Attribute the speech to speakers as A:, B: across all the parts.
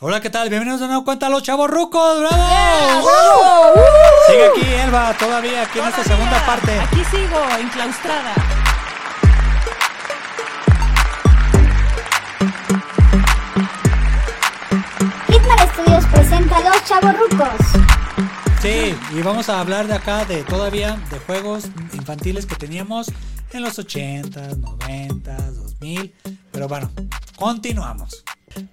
A: Hola, ¿qué tal? Bienvenidos a No Cuenta los Chavos Rucos, bravo.
B: ¡Bravo! ¡Uh!
A: Sigue aquí, Elba, todavía aquí en esta
B: Todavía.
A: segunda parte.
B: Aquí sigo, enclaustrada.
C: Hitman Studios presenta Los Chavorrucos.
A: Sí, y vamos a hablar de acá de todavía de juegos infantiles que teníamos en los 80s, 90s, 2000. Pero bueno, continuamos.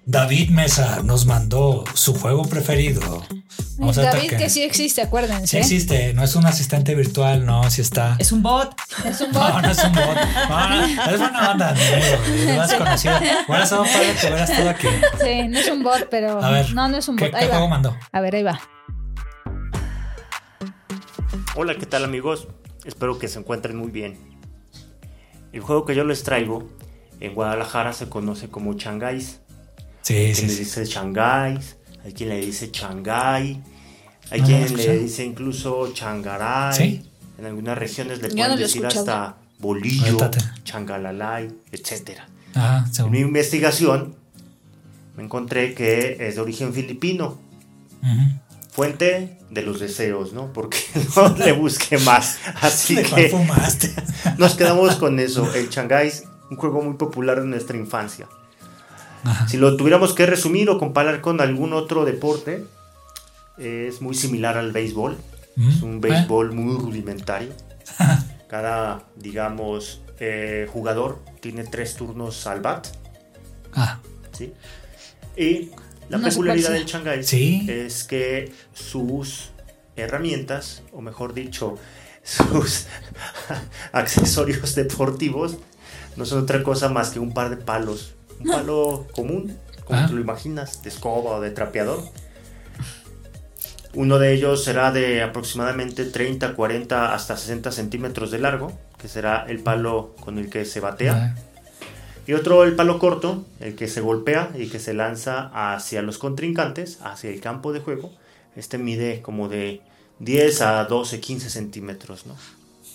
A: David Mesa nos mandó su juego preferido. Vamos a
D: David,
A: atacar.
D: que sí existe,
A: Sí
D: acuérdense.
A: existe, no es un asistente virtual, no, sí está.
B: Es un bot.
D: Es un bot.
A: No, no es un bot. No, no, es buena onda, mi amigo. Lo has conocido. Hubiera estado padre que hubieras estado aquí.
D: Sí, no es un bot, pero.
A: A ver.
D: no, no es un
A: ¿qué-
D: bot.
A: ¿Qué
D: Ahí
A: juego
D: va.
A: mandó?
D: A ver, ahí va.
E: Hola, ¿qué tal amigos? Espero que se encuentren muy bien. El juego que yo les traigo en Guadalajara se conoce como Changáis.
A: Sí,
E: Hay
A: sí,
E: quien le
A: sí.
E: dice Changáis, hay quien le dice Changay, hay
A: No, no lo he
E: quien le
A: escuchado.
E: dice incluso Changaray.
A: ¿Sí.
E: En algunas regiones le
D: Yo
E: pueden
D: no lo he
E: decir
D: escuchado.
E: hasta bolillo,
A: Ahorita te-
E: changalalay, etcétera.
A: Ajá,
E: En mi
A: seguro.
E: investigación me encontré que es de origen filipino.
A: Ujú.
E: Fuente de los deseos, ¿no? Porque no le busqué más. Así
A: ¿De cuál
E: que
A: fumaste?
E: nos quedamos con eso. El Shanghai es un juego muy popular en nuestra infancia.
A: Ajá.
E: Si lo tuviéramos que resumir o comparar con algún otro deporte, es muy similar al béisbol.
A: Mm,
E: Es un béisbol muy rudimentario. Cada, digamos, eh, jugador tiene tres turnos al bat.
A: Ah,
E: ¿sí? Y la
D: No sé
E: peculiaridad
D: cuál sea.
E: del Shanghai
A: Sí.
E: es que sus herramientas, o mejor dicho, sus accesorios deportivos, no son otra cosa más que un par de palos. Un
D: Ah.
E: palo común, como
A: Ah.
E: te lo imaginas, de escoba o de trapeador. Uno de ellos será de aproximadamente 30, 40, hasta 60 centímetros de largo, que será el palo con el que se batea.
A: ah,
E: Y otro, el palo corto, el que se golpea y que se lanza hacia los contrincantes, hacia el campo de juego. Este mide como de 10 a 12, 15 centímetros, ¿no?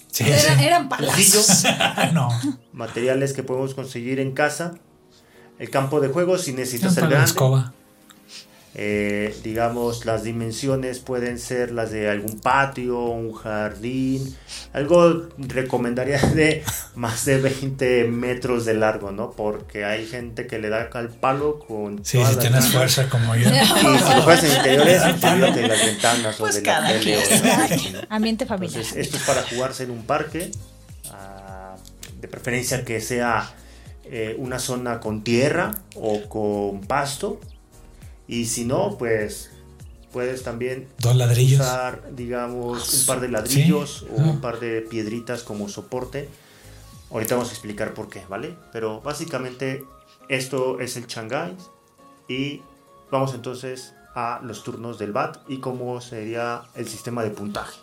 A: sí,
D: Era-
A: sí. Ah,
D: eran palazos.
A: no.
E: Materiales que podemos conseguir en casa. El campo de juego, si necesita
A: Un
E: ser
A: palo de
E: grande.
A: escoba.
E: Eh, digamos, las dimensiones pueden ser las de algún patio, un jardín. Algo recomendaría de más de 20 metros de largo, ¿no? Porque hay gente que le da al palo con.
A: Sí,
E: todas
A: si
E: las
A: tienes
E: ganas.
A: fuerza como yo.
E: Y si lo juegas en interiores, olvídate de las ventanas
B: Pues
E: o de la
B: cada
E: tele.
B: quien.
E: o de-
D: Ambiente familiar.
E: Entonces, esto es para jugarse en un parque, ah, de preferencia que sea eh, una zona con tierra o con pasto. Y si no, pues puedes también
A: Dos ladrillos.
E: usar, digamos, un par de ladrillos o
A: Ah.
E: un par de piedritas como soporte. Ahorita vamos a explicar por qué, ¿vale? Pero básicamente esto es el Shanghai y vamos entonces a los turnos del BAT y cómo sería el sistema de puntaje.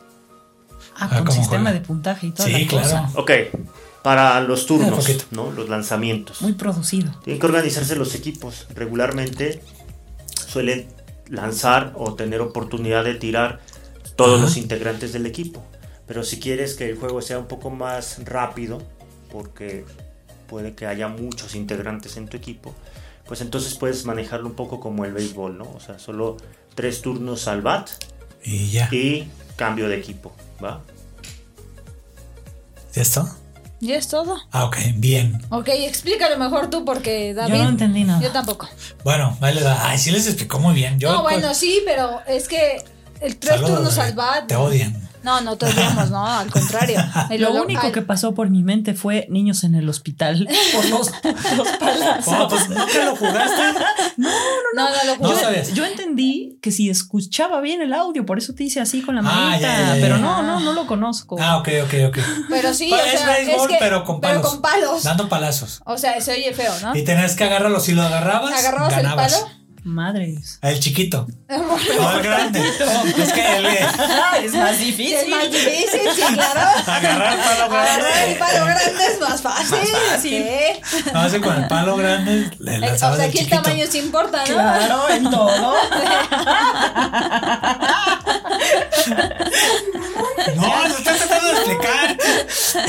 B: Ah,
A: Ah,
B: con
A: ¿cómo
B: sistema
A: juega?
B: de puntaje y toda
A: Sí,
B: la cosa.
A: claro.
E: Ok, para los
A: Un
E: turnos,
A: poquito.
E: ¿no? Los lanzamientos.
B: Muy producido.
E: Tienen que organizarse los equipos. Regularmente suelen lanzar o tener oportunidad de tirar todos
A: Ajá.
E: los integrantes del equipo. Pero si quieres que el juego sea un poco más rápido, porque puede que haya muchos integrantes en tu equipo, pues entonces puedes manejarlo un poco como el béisbol, ¿no? O sea, solo tres turnos al bat
A: Y ya.
E: y cambio de equipo, ¿va?
A: ¿Ya esto?
D: ¿Ya es todo?
A: Ah, ok, bien.
D: Ok, explícalo mejor tú porque David.
B: Yo no entendí nada.
D: Yo tampoco.
A: Bueno, ahí les va. Ay, sí les explicó muy bien. Yo,
D: no,
A: pues,
D: bueno, sí, pero es que el tres
A: saludos,
D: turnos
A: güey.
D: al bat.
A: Te odian.
D: No, no te odiamos, no, al contrario. El
B: Lo
D: olor-
B: único
D: al-
B: que pasó por mi mente fue niños en el hospital por los, los palazos.
A: Oh, pues nunca lo jugaste.
D: No, no lo
A: No
D: juro.
A: sabes.
B: Yo entendí que si escuchaba bien el audio, por eso te hice así con la
A: Ah,
B: manita,
A: ya, ya, ya.
B: pero no, no, no lo conozco.
A: Ah, ok, ok, ok.
D: Pero sí,
A: Pues
D: o
A: es
D: sea, es
A: béisbol,
D: que-
A: pero con palos.
D: Pero con palos.
A: Dando palazos.
D: O sea, se oye feo, ¿no?
A: Y tenías que agarrarlo. Si lo agarrabas,
D: Agarrabas el
A: ganabas.
D: palo.
B: Madres.
A: El chiquito. No, el grande. es que el, eh,
B: es más
D: Sí,
B: difícil.
D: es más difícil, sí, claro.
A: agarrar el palo
D: Agarrar el
A: grande.
D: palo grande es más fácil. sí.
A: No, hace con el palo grande le
D: O
A: lanzabas
D: sea,
A: el
D: aquí el
A: chiquito.
D: tamaño sí importa, ¿no?
B: Claro, en todo.
A: No, lo estás tratando de explicar.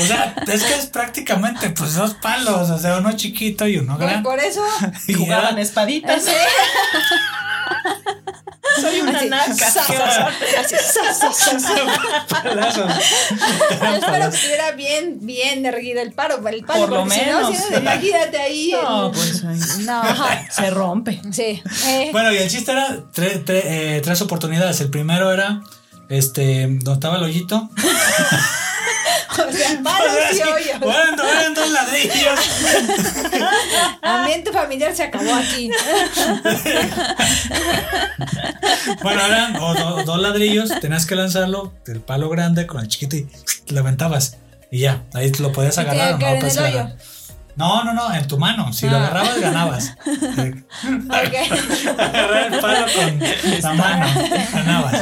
A: O sea, es que es prácticamente pues dos palos. O sea, uno chiquito y uno
D: Pues
A: grande.
D: por eso.
A: Y
B: Jugaban
A: era-
B: espaditas.
D: Sí.
A: Palazo.
D: Yo espero que estuviera bien, bien erguido el paro, el palo,
B: Por lo
D: porque si no,
B: menos.
D: si no, imagínate ahí.
B: No,
D: el-
B: pues ahí
D: No, ajá.
B: se rompe.
D: Sí. eh,
A: Bueno, y el chiste era tre- tre- eh, tres oportunidades. El primero era este donde estaba el hoyito.
D: o sea, palos y hoyos.
A: Bueno, eran dos ladrillos.
D: Ambiente familiar se acabó aquí.
A: Bueno, eran o do- dos ladrillos, tenías que lanzarlo del palo grande con el chiquito y lo aventabas. Y ya, ahí lo podías
D: tenía
A: agarrar o
D: que
A: no
D: caer
A: lo
D: en
A: podías
D: el hoyo.
A: agarrar. No, no, no, en tu mano. Si lo
D: Ah.
A: agarrabas, ganabas.
D: Ok.
A: Agarrar el palo con la mano, ganabas.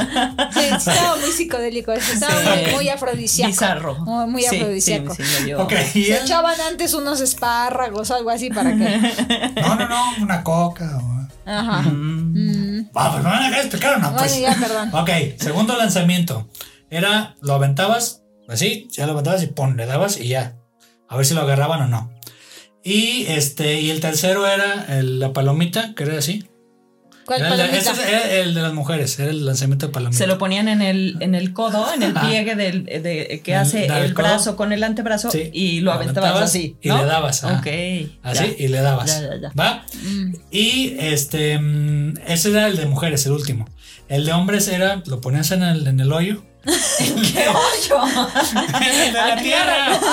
D: Sí, estaba muy psicodélico eso, estaba
B: Sí.
D: muy, muy afrodisíaco.
B: Bizarro.
D: Muy, muy
B: Sí, sí,
D: afrodisíaco.
B: sí, me dio-
A: Ok, y
D: Se
A: él.
D: echaban antes unos espárragos o algo así para que.
A: No, no, no, una coca. o-
D: Ajá.
A: Ah, pues me van a dejar explicar o no.
D: Mm. Bueno,
A: Pues.
D: ya, perdón.
A: Ok, segundo lanzamiento. Era, lo aventabas así, ya lo aventabas y pon, le dabas y ya. A ver si lo agarraban o no. Y este, y el tercero era el- la palomita, que era así.
D: ¿Cuál
A: Era el, de-
D: palomita?
A: ese era el de las mujeres, era el lanzamiento de palomita.
B: Se lo ponían en el, en el codo, en el
A: Ajá.
B: pliegue del, de- que
A: Del-
B: hace
A: del
B: el
A: codo.
B: brazo con el antebrazo
A: Sí.
B: y
A: Lo
B: lo aventabas,
A: aventabas
B: así.
A: y
B: ¿no?
A: le dabas, ajá.
B: Ok.
A: Así
B: ya.
A: y le dabas.
B: Ya, Mm. ya, ya.
A: ¿Va? Y este, mm, ese era el de mujeres, el último. El de hombres era, lo ponías en el, en el hoyo. ¡El de la tierra!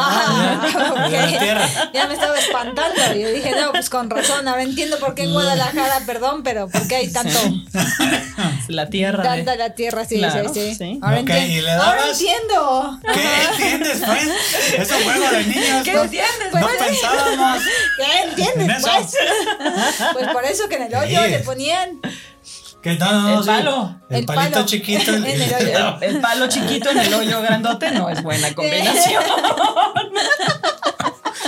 D: Ah,
A: El de la
D: ok.
A: tierra.
D: Ya me estaba espantando. Yo dije, no, pues con razón. Ahora entiendo por qué
B: Mm.
D: en Guadalajara, perdón, pero ¿por qué hay tanto,
B: La tierra. de-
D: tanta la tierra? Sí,
B: Claro,
D: sí, sí.
B: sí.
D: Ahora,
A: Ok,
D: entiendo.
A: ¿y le
D: Ahora
A: dabas?
D: entiendo.
A: ¿Qué entiendes, pues? Es un juego de niños.
D: ¿Qué
A: no,
D: entiendes,
A: No
D: pues?
A: pensábamos.
D: Ya
A: En
D: entiendes,
A: eso.
D: pues. Pues por eso que en el hoyo
A: Sí.
D: le ponían.
A: Que no, no, no,
B: El
A: sí.
B: palo.
A: El,
D: El
A: palito
D: palo.
A: chiquito.
D: En el hoyo.
B: El palo chiquito en el hoyo grandote no es buena combinación.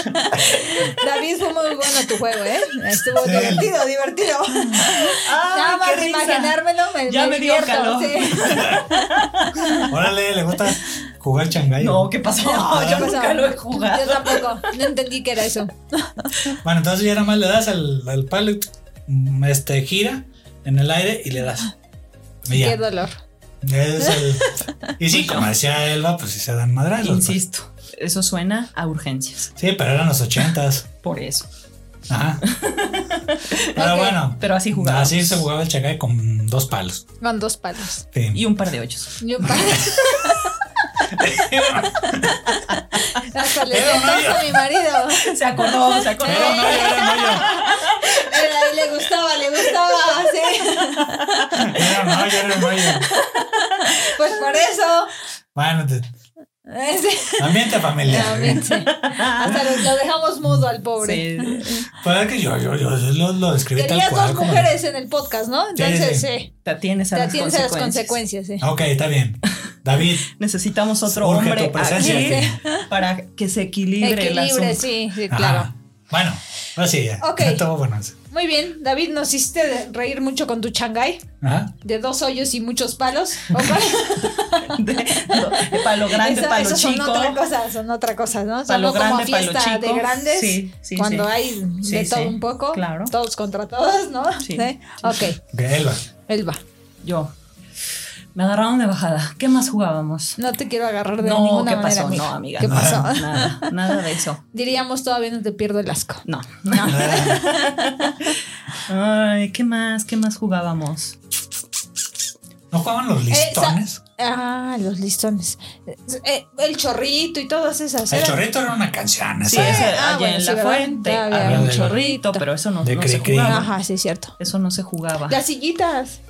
D: David, fue muy bueno tu juego, ¿eh? Estuvo
A: Sí.
D: divertido, divertido. Nada
B: Ay,
D: más
B: qué
D: de
B: risa.
D: imaginármelo me,
B: Ya me dio
D: divierto,
B: calor.
D: sí.
A: Órale, le gusta jugar changallo.
B: No, ¿qué pasó? yo
D: Pues,
B: nunca
D: ah,
B: lo he jugado.
D: Yo tampoco. No entendí qué era eso.
A: Bueno, entonces ya nada más le das al, al palo, mm, este, gira en el aire y le das. Y ya.
D: Qué dolor.
A: Es el- y sí, como decía Elba, pues sí se dan madrazos. pues.
B: Insisto, eso suena a urgencias.
A: Sí, pero eran los ochentas.
B: Por eso.
A: Ajá. Pero
D: Ok.
A: bueno.
B: Pero así jugábamos.
A: Así se jugaba el changallo con dos palos.
D: Con dos palos.
A: Sí.
B: Y un par de hoyos.
D: Y un palo. Hasta le
A: Era
D: dio
A: un hoyo.
D: a mi marido.
B: Se acordó, se acordó.
A: Era un hoyo, era un hoyo.
D: Mira, a él le gustaba, le gustaba. Sí.
A: Era un hoyo, era un hoyo.
D: Pues por eso.
A: Bueno, te-
D: Ese-
A: ambiente familiar.
D: También, sí. Hasta lo, lo dejamos mudo al pobre.
B: Sí,
A: Para Pues que yo, yo, yo lo, lo describí tal
D: Querías
A: cual.
D: dos
A: como-
D: mujeres en el podcast, ¿no? Entonces,
A: sí.
D: sí.
B: te atienes a,
D: Te
B: las,
D: atienes a las
B: consecuencias.
D: consecuencias, sí.
A: Ok, está bien. David,
B: Necesitamos otro
A: Urge tu
B: hombre
A: presencia
B: aquí
A: aquí.
B: para que se equilibre, el
D: Equilibre,
B: asunto.
D: sí, sí,
A: ajá.
D: claro.
A: Bueno, ahora sí, ya.
D: Ok.
A: Ya todo bueno.
D: Muy bien, David, nos hiciste reír mucho con tu changay
A: Ajá.
D: de dos hoyos y muchos palos. ¿O cuál?
B: De- de palo grande,
D: Eso-
B: palo
D: eso
B: chico.
D: Son otra cosa, son otra cosa, ¿no? Son
B: Palo
D: no como a
B: grande, palo
D: fiesta de
B: chico.
D: grandes.
B: Sí, sí,
D: cuando
B: sí.
D: hay de
B: Sí,
D: todo
B: sí.
D: un poco.
B: Claro.
D: Todos contra todos, ¿no?
B: Sí.
D: Ok,
A: Ok, Elba.
D: él va.
B: Yo. Me agarraron de bajada. ¿Qué más jugábamos?
D: No te quiero agarrar de
B: No,
D: ninguna
B: ¿qué
D: manera.
B: pasó? No, amiga.
D: ¿Qué
B: no,
D: pasó?
B: Nada, nada de eso.
D: Diríamos todavía no te pierdo el asco.
B: No, no. Ay, ¿qué más? ¿Qué más jugábamos?
A: ¿No jugaban los
D: Eh,
A: listones?
D: Ah, los listones. Eh, el chorrito y todas esas.
A: el
D: Eran-
A: chorrito era una canción.
B: Sí,
A: esa.
B: esa-
D: ah,
B: allá
D: bueno,
B: en
D: sí,
B: la
D: ¿verdad?
B: fuente
D: Ya, ya.
B: había un
A: Ah,
B: chorrito, pero eso no,
A: De
B: no se
A: cri-cri.
B: jugaba.
D: Ajá, sí, es cierto.
B: Eso no se jugaba.
D: Las sillitas.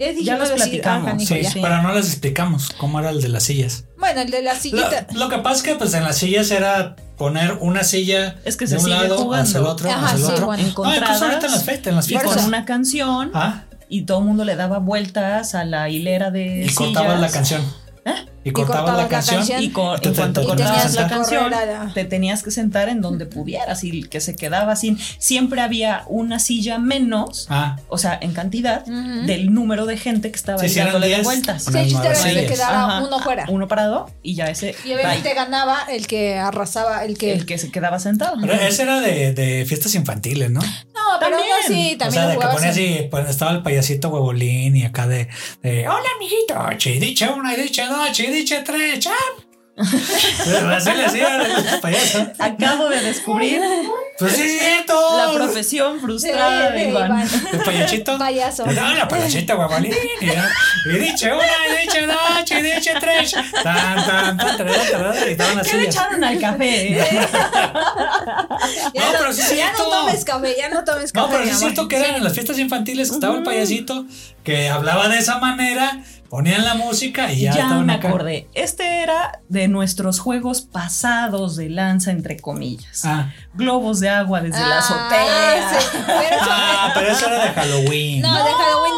D: Ya, dije,
B: Ya
D: no,
B: los
D: las sillitas. Ah,
B: platicamos,
D: canijo,
A: Sí,
D: ya.
B: sí.
A: pero no les explicamos cómo era el de las sillas.
D: Bueno, el de las
A: Lo,
D: sillitas.
A: lo que pasa es que pues en las sillas era poner una silla
B: Es que
A: de
B: se
A: un
B: sigue
A: lado
B: jugando.
A: hacia el otro,
D: Ajá,
A: hacia el
D: sí,
A: otro.
D: bueno,
A: No, incluso ahorita en las
B: encontradas.
A: fiestas, en las
B: Y con
A: fiestas.
B: una canción
A: Ah,
B: y todo el mundo le daba vueltas a la hilera de
A: y contabas
B: sillas.
A: la canción.
B: ¿Eh?
A: Y Y cortabas la canción.
B: Y co-
A: te-
B: en cuanto
A: te- te
B: cortabas
A: tenías
B: la
A: que
B: canción,
D: correr a-
B: te tenías que sentar en donde pudieras y el que se quedaba sin. Siempre había una silla menos,
A: Ah,
B: o sea, en cantidad,
D: Ujú.
B: del número de gente que estaba
A: Sí,
B: ahí
A: si eran pues
B: dándole
A: 10,
B: vueltas.
A: una-
D: Sí, el chiste era
A: Unas
D: que
A: maravillas.
D: quedaba
B: Ajá, Ah,
D: uno fuera.
B: Uno parado y ya ese.
D: Y obviamente
B: bye.
D: ganaba el que arrasaba, el que.
B: el que se quedaba sentado.
A: pero ese era de, de fiestas infantiles, ¿no?
D: No, pero
B: También.
D: aún así
A: o
D: también
A: sea,
D: lo
A: de que
D: jugabas.
A: ponías
D: en-
A: y pues, estaba el payasito huevolín y acá de, de, hola amiguito, chidiche uno, y diche dos, chidiche tres, chap. Así le hacían al payaso.
B: Acabo de descubrir
A: Pues sí, es cierto.
B: la profesión frustrada
D: Sí,
B: de
D: de
B: Iván.
D: Iván.
A: El payachito.
D: Payaso.
A: Le daba la payachita, guagualín. Y, y diche una, y diche dos, y diche tres. Tan, tan, tan, tarara, tarara, y daban las
B: ¿Qué le
A: sillas.
B: echaron al café? eh?
D: Ya
A: No, pero sí es
D: ya no
A: cierto.
D: tomes café, ya no tomes café.
A: No, pero sí
D: mi
A: es
D: amor.
A: cierto que eran en las fiestas infantiles que estaba el payasito que hablaba de esa manera, ponían la música y ya,
B: Ya,
A: estaban
B: me
A: acá.
B: acordé. Este era de nuestros juegos pasados de lanza, entre comillas.
A: Ah,
B: Globos de agua desde la
D: Ah,
B: azotea.
D: sí, pero eso-
A: Ah, pero eso era de Halloween. Ah,
D: no, de Halloween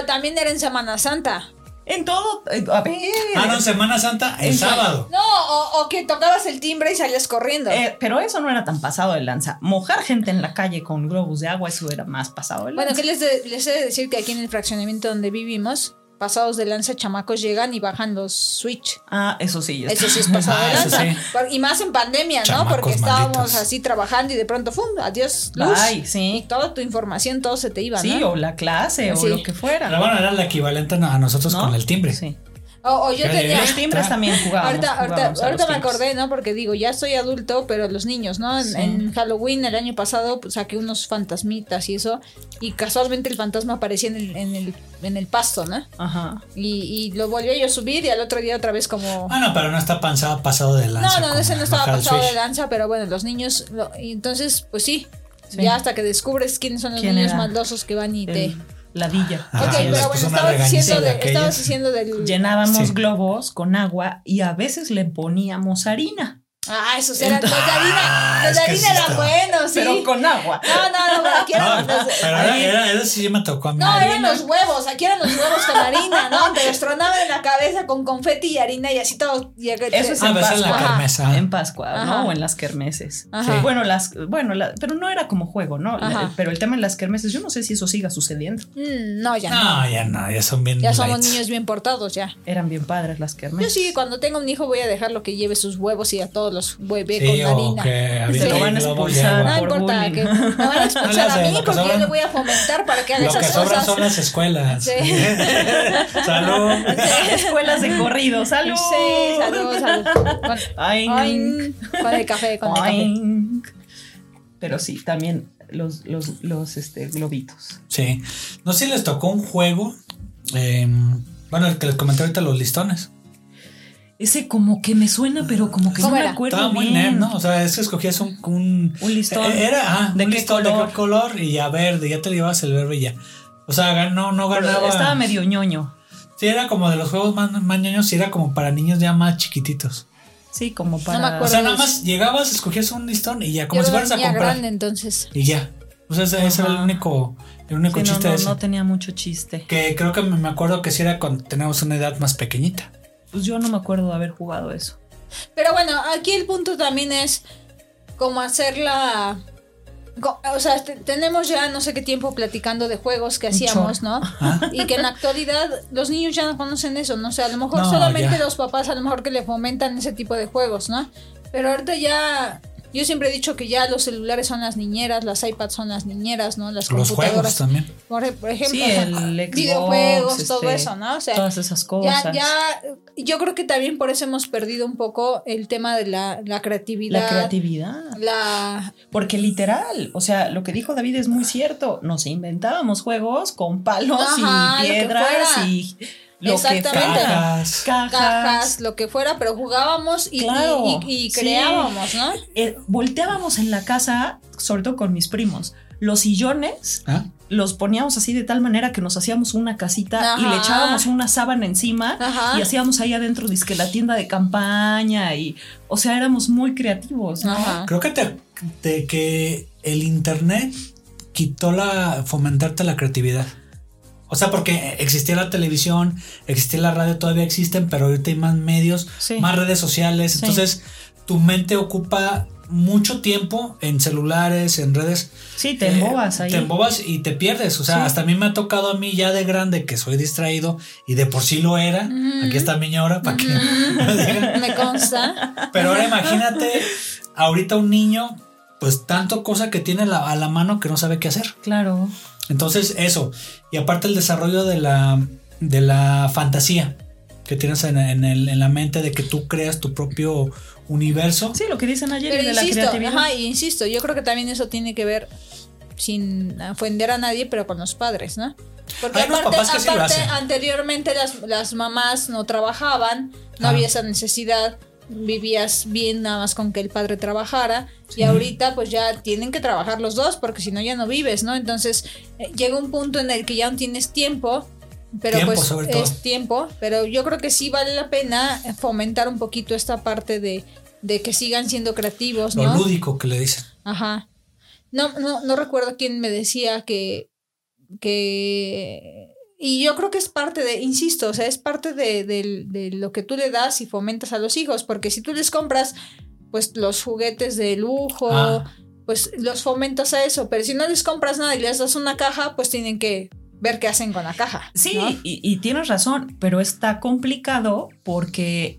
D: no, también era en Semana Santa.
B: En todo. eh, A ver.
A: Ah, no, Semana Santa el sábado.
D: No, o, o que tocabas el timbre y salías corriendo.
B: Eh, pero eso no era tan pasado de lanza. Mojar gente en la calle con globos de agua, eso era más pasado de lanza.
D: bueno, ¿qué les, de- les he de decir que aquí en el fraccionamiento donde vivimos, pasados de lanza, chamacos llegan y bajan los switch.
B: Ah, eso sí. ya
D: Eso
B: está.
D: sí es pasado
A: Ah,
D: de
A: eso
D: lanza.
A: sí.
D: Por- Y más en pandemia, ¿no?
A: Chamacos
D: Porque estábamos
A: malditos.
D: así trabajando y de pronto, ¡fum! Adiós, luz.
B: Ay,
D: Y
B: sí.
D: toda tu información, todo se te iba,
B: Sí,
D: ¿no?
B: o la clase,
D: Sí.
B: o lo que fuera.
A: Pero bueno, era la equivalente a nosotros
B: ¿no?
A: con el timbre.
B: Sí.
D: O, o yo
A: Pero
D: tenía...
B: Los timbres también jugábamos.
D: Ahorita, ahorita,
B: jugábamos a
D: ahorita
B: los
D: me
B: timbres.
D: acordé, ¿no? Porque digo, ya soy adulto, pero los niños, ¿no? En,
B: Sí.
D: en Halloween el año pasado pues, saqué unos fantasmitas y eso, y casualmente el fantasma aparecía en el, en el, en el pasto, ¿no?
B: Ajá.
D: Y, y lo volví yo a subir y al otro día otra vez como...
A: Ah, no, pero no está pasado, pasado de
D: No,
A: lanza.
D: no, no,
A: con
D: ese no estaba
A: bajar el
D: pasado de
A: switch.
D: lanza, pero bueno, los niños... lo- y entonces, pues sí,
B: Sí.
D: ya hasta que descubres quiénes son los
B: ¿Quién
D: niños
B: era?
D: maldosos que van y te...
B: El- la villa.
A: Ah,
D: ok,
A: les
D: pero
A: puso
D: bueno,
A: una
D: estabas diciendo,
A: regañiza de
D: de-
A: aquellas.
D: estabas diciendo del...
B: Llenábamos
A: Sí.
B: globos con agua y a veces le poníamos harina.
D: Ah, esos eran... Los de
A: Ah,
D: harina, los de
A: es que sí
D: harina eran
A: estaba.
D: buenos, sí.
B: Pero con agua.
D: No, no, no, pero aquí
A: No,
D: eran los,
A: pero era, era- eso sí me tocó a mí.
D: no, eran los huevos, aquí eran los huevos con harina, ¿no? Te los tronaban en la cabeza con confeti y harina y así todo. y-
B: Eso es
A: Ah,
B: en
A: ves en la
B: Pascua.
A: kermesa.
B: En Pascua,
D: Ajá.
B: ¿no? O en las kermeses.
D: Ajá.
A: Ah. Sí.
B: Bueno, las, bueno la- pero no era como juego, ¿no? La-
D: Ajá.
B: pero el tema en las kermeses, yo no sé si eso siga sucediendo.
D: Mm, no, ya no.
A: No, ya no, ya son bien.
D: Ya somos
A: lights.
D: niños bien portados ya.
B: Eran bien padres las
D: Yo
B: kermeses.
D: sí, cuando tenga un hijo voy a dejarlo que lleve sus huevos y a todos los hueve
A: Sí,
D: con
A: o
D: harina.
A: que avienten
B: Lo van a
A: globos de
B: expulsar.
A: agua.
D: No
B: por
D: importa,
B: bullying.
D: que me van a expulsar
A: No le
D: a
A: hace,
D: mí
A: lo que
D: porque yo
A: sobra-
D: le voy a fomentar para que haga
A: Lo que
D: esas
A: sobran
D: cosas.
A: son las escuelas.
D: Sí.
A: Salud.
B: Escuelas de corrido, salud.
D: Sí, salud, salud. Con,
B: Ay,
D: Oink. con el café, con el café.
B: Oink. Pero sí, también los, los, los este, globitos.
A: Sí. No sé si les tocó un juego. em, bueno, el que les comenté ahorita, los listones.
B: Ese como que me suena, pero como que no
D: ¿Cómo
B: me
D: era?
B: acuerdo
A: Estaba muy
B: bien.
A: nerd, ¿no? O sea, es que escogías un. Un,
B: Un listón.
A: Era, ah,
B: ¿De
A: un
B: qué
A: listón de
B: color?
A: qué color y ya verde. Ya te llevabas el verde y ya. O sea, gan- no, no
B: Pero
A: ganaba.
B: Estaba medio ñoño.
A: Sí, era como de los juegos más, más ñoños y era como para niños ya más chiquititos.
B: Sí, como para.
D: me
A: O
D: acuerdo.
A: sea, nada más llegabas, escogías un listón y ya, como
D: Yo
A: si
D: era
A: fueras a
D: niña
A: comprar.
D: grande entonces.
A: Y ya. O sea, ese, ese era el
B: Ajá.
A: único, el único
B: Sí, no,
A: chiste
B: no,
A: de ese.
B: no tenía mucho chiste.
A: Que creo que me me acuerdo que si era cuando teníamos una edad más pequeñita.
B: Pues yo no me acuerdo de haber jugado eso.
D: Pero bueno, aquí el punto también es como hacerla. co- O sea, te- tenemos ya no sé qué tiempo platicando de juegos que hacíamos, ¿no?
A: Ah.
D: Y que en la actualidad los niños ya no conocen eso, ¿no? O sea, a lo mejor
A: No,
D: solamente
A: ya.
D: los papás, a lo mejor que le fomentan ese tipo de juegos, ¿no? Pero ahorita ya. Yo siempre he dicho que ya los celulares son las niñeras, las iPads son las niñeras, ¿no? Las
A: Los juegos
D: computadoras.
A: también.
D: por, por ejemplo,
B: Sí,
D: ajá,
B: el Xbox,
D: videojuegos, todo
B: este,
D: eso, ¿no? O sea,
B: Todas esas
D: ya,
B: cosas.
D: ya, yo creo que también por eso hemos perdido un poco el tema de la, la creatividad.
B: La creatividad.
D: la-
B: Porque literal, o sea, lo que dijo David es muy cierto. Nos inventábamos juegos con palos
D: Ajá,
B: y
D: lo que
B: piedras
D: fuera.
B: y lo que
D: Exactamente.
B: fuera.
A: Cajas.
B: Cajas.
D: cajas, lo que fuera, pero jugábamos y,
B: Claro,
D: y- y- y
B: sí.
D: creábamos, ¿no?
B: Eh, volteábamos en la casa, sobre todo con mis primos, los sillones.
A: ¿Ah?
B: Los poníamos así de tal manera que nos hacíamos una casita y
D: Ajá.
B: le echábamos una sábana encima
D: Ajá.
B: y hacíamos ahí adentro disque la tienda de campaña y, o sea, éramos muy creativos, ¿no?
D: Ajá.
A: Creo que te, te- que el internet quitó la fomentarte la creatividad. O O sea, porque existía la televisión, existía la radio, todavía existen, pero ahorita hay más medios,
B: Sí.
A: más redes sociales.
B: Sí.
A: Entonces, tu mente ocupa mucho tiempo en celulares, en redes.
B: Sí, te
A: Eh,
B: embobas ahí.
A: Te embobas y te pierdes. O sea,
B: Sí.
A: hasta a mí me ha tocado a mí ya de grande que soy distraído y de por sí lo era. Aquí está mi ñora para que me digan.
D: Me consta.
A: Pero ahora imagínate, ahorita un niño, pues tanto cosa que tiene la- a la mano que no sabe qué hacer.
B: Claro.
A: Entonces, eso. Y aparte el desarrollo de la, de la fantasía que tienes en, en el- en la mente de que tú creas tu propio universo.
B: Sí, lo que dicen ayer
D: Pero
B: de
D: insisto,
B: la creatividad.
D: ajá, y insisto, yo creo que también eso tiene que ver sin ofender a nadie, pero con los padres, ¿no? Porque
A: Hay unos
D: aparte,
A: papás que sí lo
D: aparte,
A: hacen.
D: anteriormente las, las mamás no trabajaban, no
A: Ah.
D: había esa necesidad, vivías bien nada más con que el padre trabajara y ahorita pues ya tienen que trabajar los dos porque si no ya no vives, ¿no? Entonces eh, llega un punto en el que ya no tienes tiempo. Pero
A: Tiempo,
D: pues
A: sobre todo.
D: es tiempo, pero yo creo que sí vale la pena fomentar un poquito esta parte de, de que sigan siendo creativos,
A: Lo
D: ¿no?
A: lúdico que le dicen.
D: Ajá. No, no, no recuerdo quién me decía que, que... Y yo creo que es parte de, insisto, o sea, es parte de, del- de lo que tú le das y fomentas a los hijos, porque si tú les compras, pues, los juguetes de lujo,
A: Ah.
D: pues, los fomentas a eso, pero si no les compras nada y les das una caja, pues tienen que ver qué hacen con la caja.
B: Sí,
D: ¿no?
B: y, y tienes razón, pero está complicado porque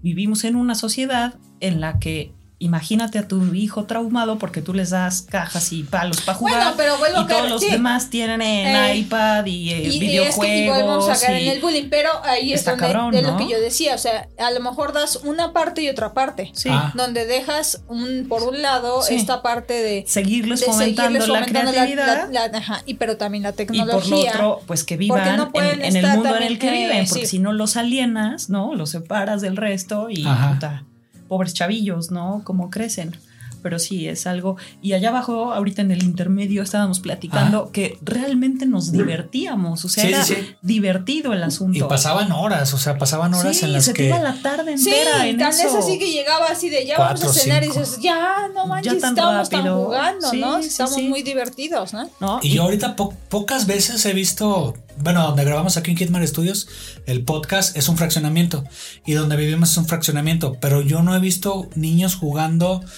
B: vivimos en una sociedad en la que imagínate a tu hijo traumado porque tú les das cajas y palos para jugar.
D: Bueno, pero vuelvo
B: y
D: a caer,
B: todos los
D: sí.
B: demás tienen el
D: Eh,
B: iPad y, eh,
D: Y, y es que y volvemos a
B: videojuegos.
D: caer
B: y-
D: en el bullying, pero ahí es
B: Está
D: donde
B: cabrón,
D: es lo
B: ¿no?
D: que yo decía, o sea, a lo mejor das una parte y otra parte,
B: Sí.
A: Ah.
D: donde dejas un, por un lado
B: Sí.
D: esta parte de, de
B: Seguirles, fomentando
D: seguirles fomentando
B: la creatividad
D: la- la- ajá, y pero también la
B: y por lo
D: tecnología.
B: otro, pues que vivan
D: no pueden
B: en, en el
D: estar
B: mundo en
D: también,
B: el que
D: eh,
B: viven, porque
D: sí.
B: si no los alienas, ¿no? Los separas del resto y
A: Ajá.
B: puta, pobres chavillos, ¿no? Cómo crecen. Pero sí, es algo. Y allá abajo, ahorita en el intermedio, estábamos platicando que realmente nos divertíamos. O sea,
A: Ah. Mm. Sí,
B: era
A: sí, sí.
B: divertido el asunto.
A: Y pasaban horas, o sea, pasaban horas
B: Sí,
A: en las
B: se te
A: que...
B: iba la tarde
D: Sí,
B: entera en
D: tan
B: eso.
D: es así que llegaba así de ya
A: Cuatro,
D: vamos a cenar
A: cinco.
D: y dices, ya, no manches,
B: tan
D: estamos tan
B: rápido.
D: jugando,
B: Sí,
D: ¿no?
B: sí,
D: Estamos
B: sí.
D: muy divertidos, ¿no?
B: ¿no?
A: Y yo ahorita po- pocas veces he visto, bueno, donde grabamos aquí en Kidman Studios, el podcast es un fraccionamiento y donde vivimos es un fraccionamiento, pero yo no he visto niños jugando otra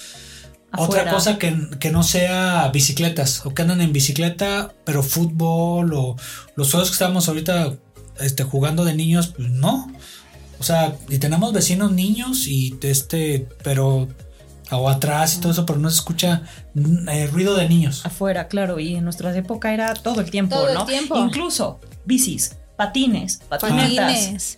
B: Afuera.
A: cosa que, que no sea bicicletas o que andan en bicicleta, pero fútbol o los juegos que estamos ahorita este, jugando de niños, pues no. O sea, y tenemos vecinos niños y este, pero o atrás y todo eso, pero no se escucha mm, eh, ruido de niños.
B: afuera, claro, y en nuestra época era todo el tiempo,
D: Todo el
B: ¿no?
D: tiempo.
B: Incluso bicis, patines, patinetas.
D: Patines.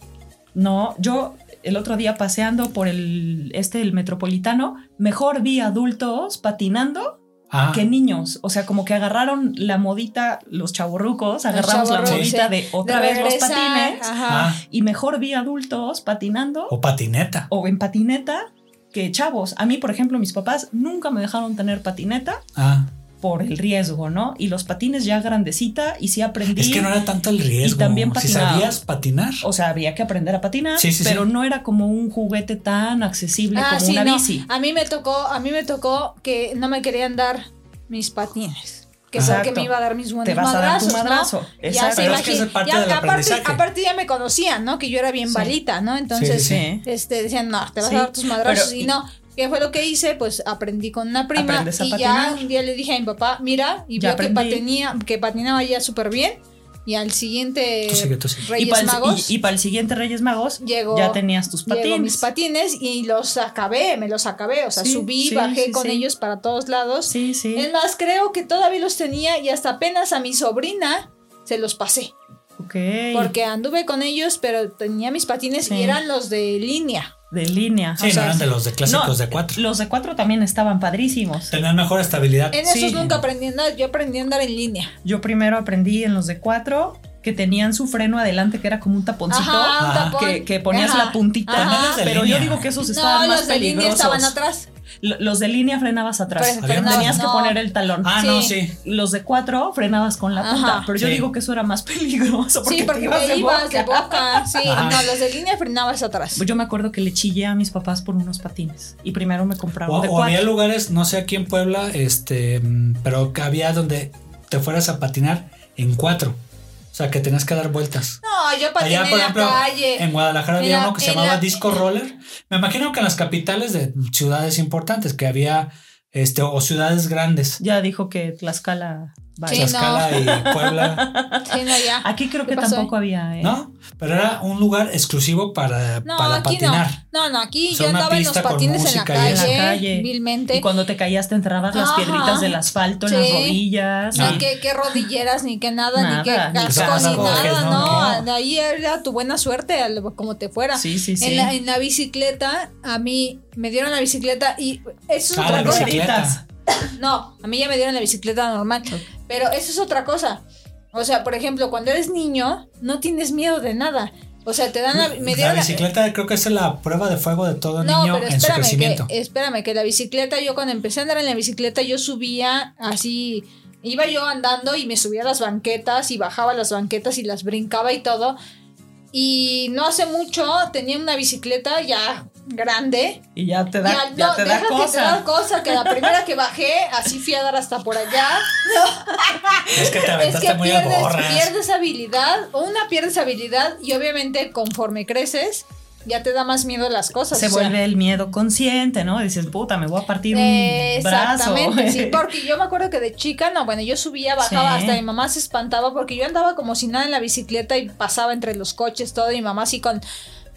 B: No, yo el otro día paseando por el este el metropolitano, mejor vi adultos patinando
A: Ah.
B: que niños, o sea, como que agarraron la modita los chavorrucos, agarramos la
D: chavorrucos,
B: modita
D: sí.
B: de otra
D: De
B: vez los
D: regresar,
B: patines
D: ajá.
A: Ah,
B: y mejor vi adultos patinando
A: o patineta.
B: o en patineta que chavos. A mí, por ejemplo, mis papás nunca me dejaron tener patineta
A: Ah,
B: por el riesgo, ¿no? Y los patines ya grandecita y sí aprendí.
A: es que no era tanto el riesgo.
B: y también
A: si
B: patinaba.
A: sabías patinar.
B: O sea, había que aprender a patinar,
A: Sí, sí,
B: pero
A: sí.
B: no era como un juguete tan accesible
D: Ah,
B: como
D: sí,
B: una
D: no.
B: bici.
D: A mí me tocó, a mí me tocó que no me querían dar mis patines. Que
B: Exacto.
D: porque me iba a dar mis buenos
B: Te vas a dar tu
D: madrazos,
B: madrazo.
D: ¿no?
B: Exacto.
D: Ya se
A: Pero es que
D: imagina-
A: eso es parte
D: ya
A: del
D: aparte,
A: aprendizaje.
D: aparte ya me conocían, ¿no? Que yo era bien
B: Sí.
D: balita, ¿no? Entonces,
A: Sí,
B: sí, sí.
D: este decían, "No, te vas
B: Sí,
D: a dar tus madrazos."
B: pero-
D: y no, ¿qué fue lo que hice? Pues aprendí con una prima
B: Aprendes a
D: y ya
B: patinar.
D: un día le dije a mi papá, "Mira", y
B: Ya
D: vio que
B: aprendí.
D: patinía, que patinaba ya súper bien y al siguiente
A: Tú sigue, tú sigue.
B: Y
D: Reyes
B: para, el,
D: Magos
B: y- y para el siguiente Reyes Magos
D: Llegó-
B: ya tenías tus
D: Llevo
B: patines.
D: mis patines y los acabé, me los acabé, o sea,
B: Sí,
D: subí,
B: sí,
D: bajé
B: sí,
D: con
B: sí.
D: ellos para todos lados.
B: Sí, sí.
D: Es más, creo que todavía los tenía y hasta apenas a mi sobrina se los pasé,
B: Ok.
D: porque anduve con ellos, pero tenía mis patines
B: Sí.
D: y eran los de línea.
B: de línea.
A: Sí,
B: O sea,
A: no eran de los de clásicos
B: no,
A: de cuatro.
B: Los de cuatro también estaban padrísimos.
A: Tenían mejor estabilidad.
D: En
B: Sí.
D: esos nunca aprendí a andar, yo aprendí a andar en línea.
B: Yo primero aprendí en los de cuatro que tenían su freno adelante que era como un taponcito.
D: Ajá, un
A: Ajá.
D: tapón.
B: Que, que ponías
D: Ajá,
B: la puntita,
D: ajá.
A: También los de
B: pero
A: línea.
B: yo digo que esos estaban
D: No,
B: más
D: los de línea
B: peligrosos.
D: estaban atrás.
B: L- Los de línea frenabas atrás.
D: Pero
A: Había-
D: frenabas,
B: Tenías que
D: no.
B: poner el talón.
A: ah, no,
D: sí.
A: sí.
B: Los de cuatro frenabas con la punta,
D: Ajá.
B: pero yo
A: Sí.
B: digo que eso era más peligroso porque,
D: sí,
B: te
D: porque
B: ibas
D: te
B: de
D: ibas
B: boca.
D: de boca. Sí,
A: Ajá.
D: no, los de línea frenabas atrás.
B: Yo me acuerdo que le chillé a mis papás por unos patines y primero me compraron
A: O,
B: de
A: o había
B: cuatro.
A: lugares, no sé aquí en Puebla, este, mm, pero que había donde te fueras a patinar en cuatro. O sea, que tenías que dar vueltas.
D: No, yo patiné en la calle.
A: en Guadalajara había
D: En la-
A: uno que se
D: en
A: llamaba
D: la-
A: Disco Roller. Me imagino que en las capitales de ciudades importantes que había, este, o ciudades grandes,
B: Ya dijo que Tlaxcala va.
D: Sí.
A: Tlaxcala y Puebla,
D: Sí, no, ya.
B: Aquí creo
D: ¿Qué
B: que
D: pasó,
B: tampoco había, ¿eh?
A: ¿no? Pero era un lugar exclusivo para,
D: No,
A: para
D: aquí
A: patinar.
D: no. No, no,
A: O
D: aquí
A: sea,
D: yo
A: una
D: andaba en los
A: pista con
D: patines en la
A: música y
D: calle,
A: eso.
B: En la calle.
D: vilmente.
B: Y cuando te caías te enterrabas las
D: Ajá.
B: piedritas del asfalto en las
D: Sí.
B: rodillas.
D: Ni
A: Ah.
D: que, que rodilleras, ni que nada, ni
B: Nada,
D: que
B: ni
D: casco, ni
A: casco,
D: nada,
A: no,
D: no.
A: no.
D: De ahí era tu buena suerte, al- como te fuera.
B: Sí, sí, sí.
D: En, la, en la bicicleta, a mí me dieron la bicicleta y eso es
A: Ah,
D: otra
A: la
D: cosa.
A: bicicleta.
D: No, a mí ya me dieron la bicicleta normal. Pero eso es otra cosa. O sea, por ejemplo, cuando eres niño, no tienes miedo de nada. O sea, te dan la, me
A: La
D: dieron la-
A: bicicleta creo que es la prueba de fuego de todo
D: no,
A: niño
D: pero
A: en su
D: espérame que, eh,
A: crecimiento.
D: espérame, que la bicicleta, yo cuando empecé a andar en la bicicleta, yo subía así, iba yo andando y me subía a las banquetas y bajaba las banquetas y las brincaba y todo. Y no hace mucho tenía una bicicleta ya grande.
B: Y ya te
D: y
B: da,
D: al-
B: ya
D: no,
B: te da
D: deja que te da
B: cosa.
D: cosa, que la primera que bajé, así fui a dar hasta por allá.
A: es que te
D: Es
A: aventaste
D: que
A: muy a
D: pierdes,
A: borras.
D: pierdes habilidad, o una pierdes habilidad y obviamente conforme creces ya te da más miedo las cosas.
B: Se
D: o sea,
B: vuelve el miedo consciente, ¿no? Dices, puta, me voy a partir
D: eh,
B: un brazo.
D: Exactamente, sí, porque yo me acuerdo que de chica, no, bueno, yo subía, bajaba,
B: Sí.
D: hasta mi mamá se espantaba porque yo andaba como si nada en la bicicleta y pasaba entre los coches, todo, y mi mamá así con,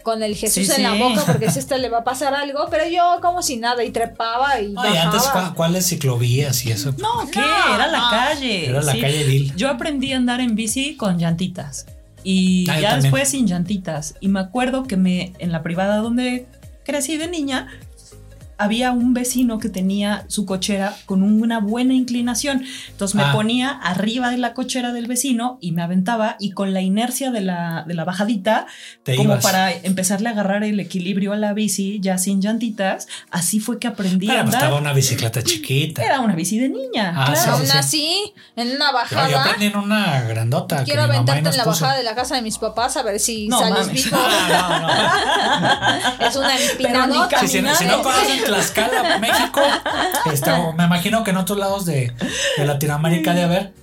D: con el Jesús
B: Sí,
D: en la
B: sí.
D: boca porque si esta le va a pasar algo, pero yo como si nada y trepaba y
A: No, y antes,
D: bajaba.
A: ¿cuá- ¿cuáles ciclovías y eso?
B: No, ¿qué?
D: No,
B: Era la
D: no.
B: calle.
A: Era la
B: sí.
A: calle Dil.
B: Yo aprendí a andar en bici con llantitas. Y
A: Ah, yo
B: ya
A: también.
B: después sin llantitas. Y me acuerdo que me, en la privada donde crecí de niña, había un vecino que tenía su cochera con una buena inclinación. Entonces me
A: Ah.
B: ponía arriba de la cochera del vecino y me aventaba y con la inercia de la, de la bajadita,
A: Te
B: como
A: ibas.
B: para empezarle a agarrar el equilibrio a la bici ya sin llantitas, así fue que aprendí
A: Pero
B: a
A: pues,
B: andar.
A: estaba una bicicleta chiquita.
B: Era una bici de niña,
A: Ah,
B: claro.
D: Aún
A: sí.
D: así, en una
A: Yo, yo
D: bajada.
A: aprendí en una grandota.
D: Quiero
A: que mi mamá y
D: aventarte
A: nos
D: en la
A: puso.
D: bajada de la casa de mis papás a ver si
B: No
D: sales
B: mames.
D: vivo.
A: Ah, no, no.
D: Es una empinadota.
A: Sí, si, no- si
B: ¿eh?
A: no conocen Tlaxcala, México, este, o me imagino que en otros lados de, de Latinoamérica ha de haber.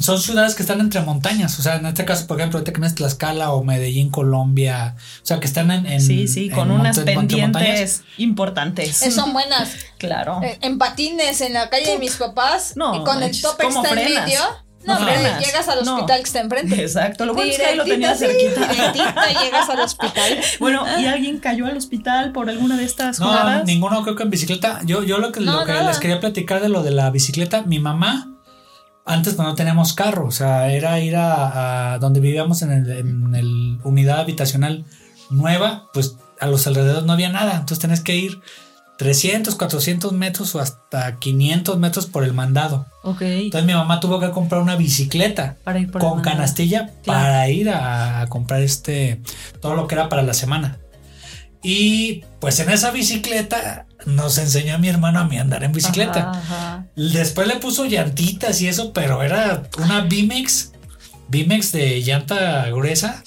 A: Son ciudades que están entre montañas. O sea, en este caso, por ejemplo, ahorita que me es Tlaxcala o Medellín, Colombia. O sea, que están en. en-
B: Sí, sí,
A: en
B: con
A: monta-
B: unas
A: entre montañas.
B: pendientes importantes.
D: Eh, Son buenas.
B: Claro.
D: Eh, En patines en la calle de mis papás.
B: No,
D: y con el
B: manches,
D: tope que
B: ¿cómo
D: está en
B: frenas?
D: medio. No,
B: No
D: hombre,
B: frenas,
D: llegas al
B: no.
D: hospital que está enfrente.
B: Exacto, lo bueno es que ahí lo
D: Directita,
B: tenía
D: sí,
B: cerquita.
D: directita llegas al hospital.
B: Bueno, ¿y alguien cayó al hospital por alguna de estas
A: No,
B: jugadas?
A: ninguno creo que en bicicleta. Yo, yo lo que,
D: No,
A: lo que
D: nada.
A: les quería platicar de lo de la bicicleta, mi mamá, antes cuando no teníamos carro, o sea, era ir a, a donde vivíamos en el, en el unidad habitacional nueva, pues a los alrededores no había nada, entonces tenés que ir 300, 400 metros o hasta 500 metros por el mandado.
B: Ok.
A: Entonces mi mamá tuvo que comprar una bicicleta
B: Para ir por el
A: con
B: mandado.
A: canastilla
B: Claro.
A: para ir a, a comprar este todo lo que era para la semana. Y pues en esa bicicleta nos enseñó a mi hermano a mí a andar en bicicleta.
B: Ajá, ajá.
A: Después le puso llantitas y eso, pero era una Bimex, Bimex de llanta gruesa.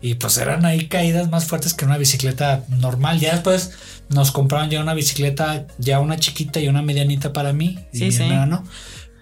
A: Y pues eran ahí caídas más fuertes que una bicicleta normal. Ya después nos compraron ya una bicicleta, ya una chiquita y una medianita para mí y
B: Sí,
A: mi
B: sí.
A: hermano.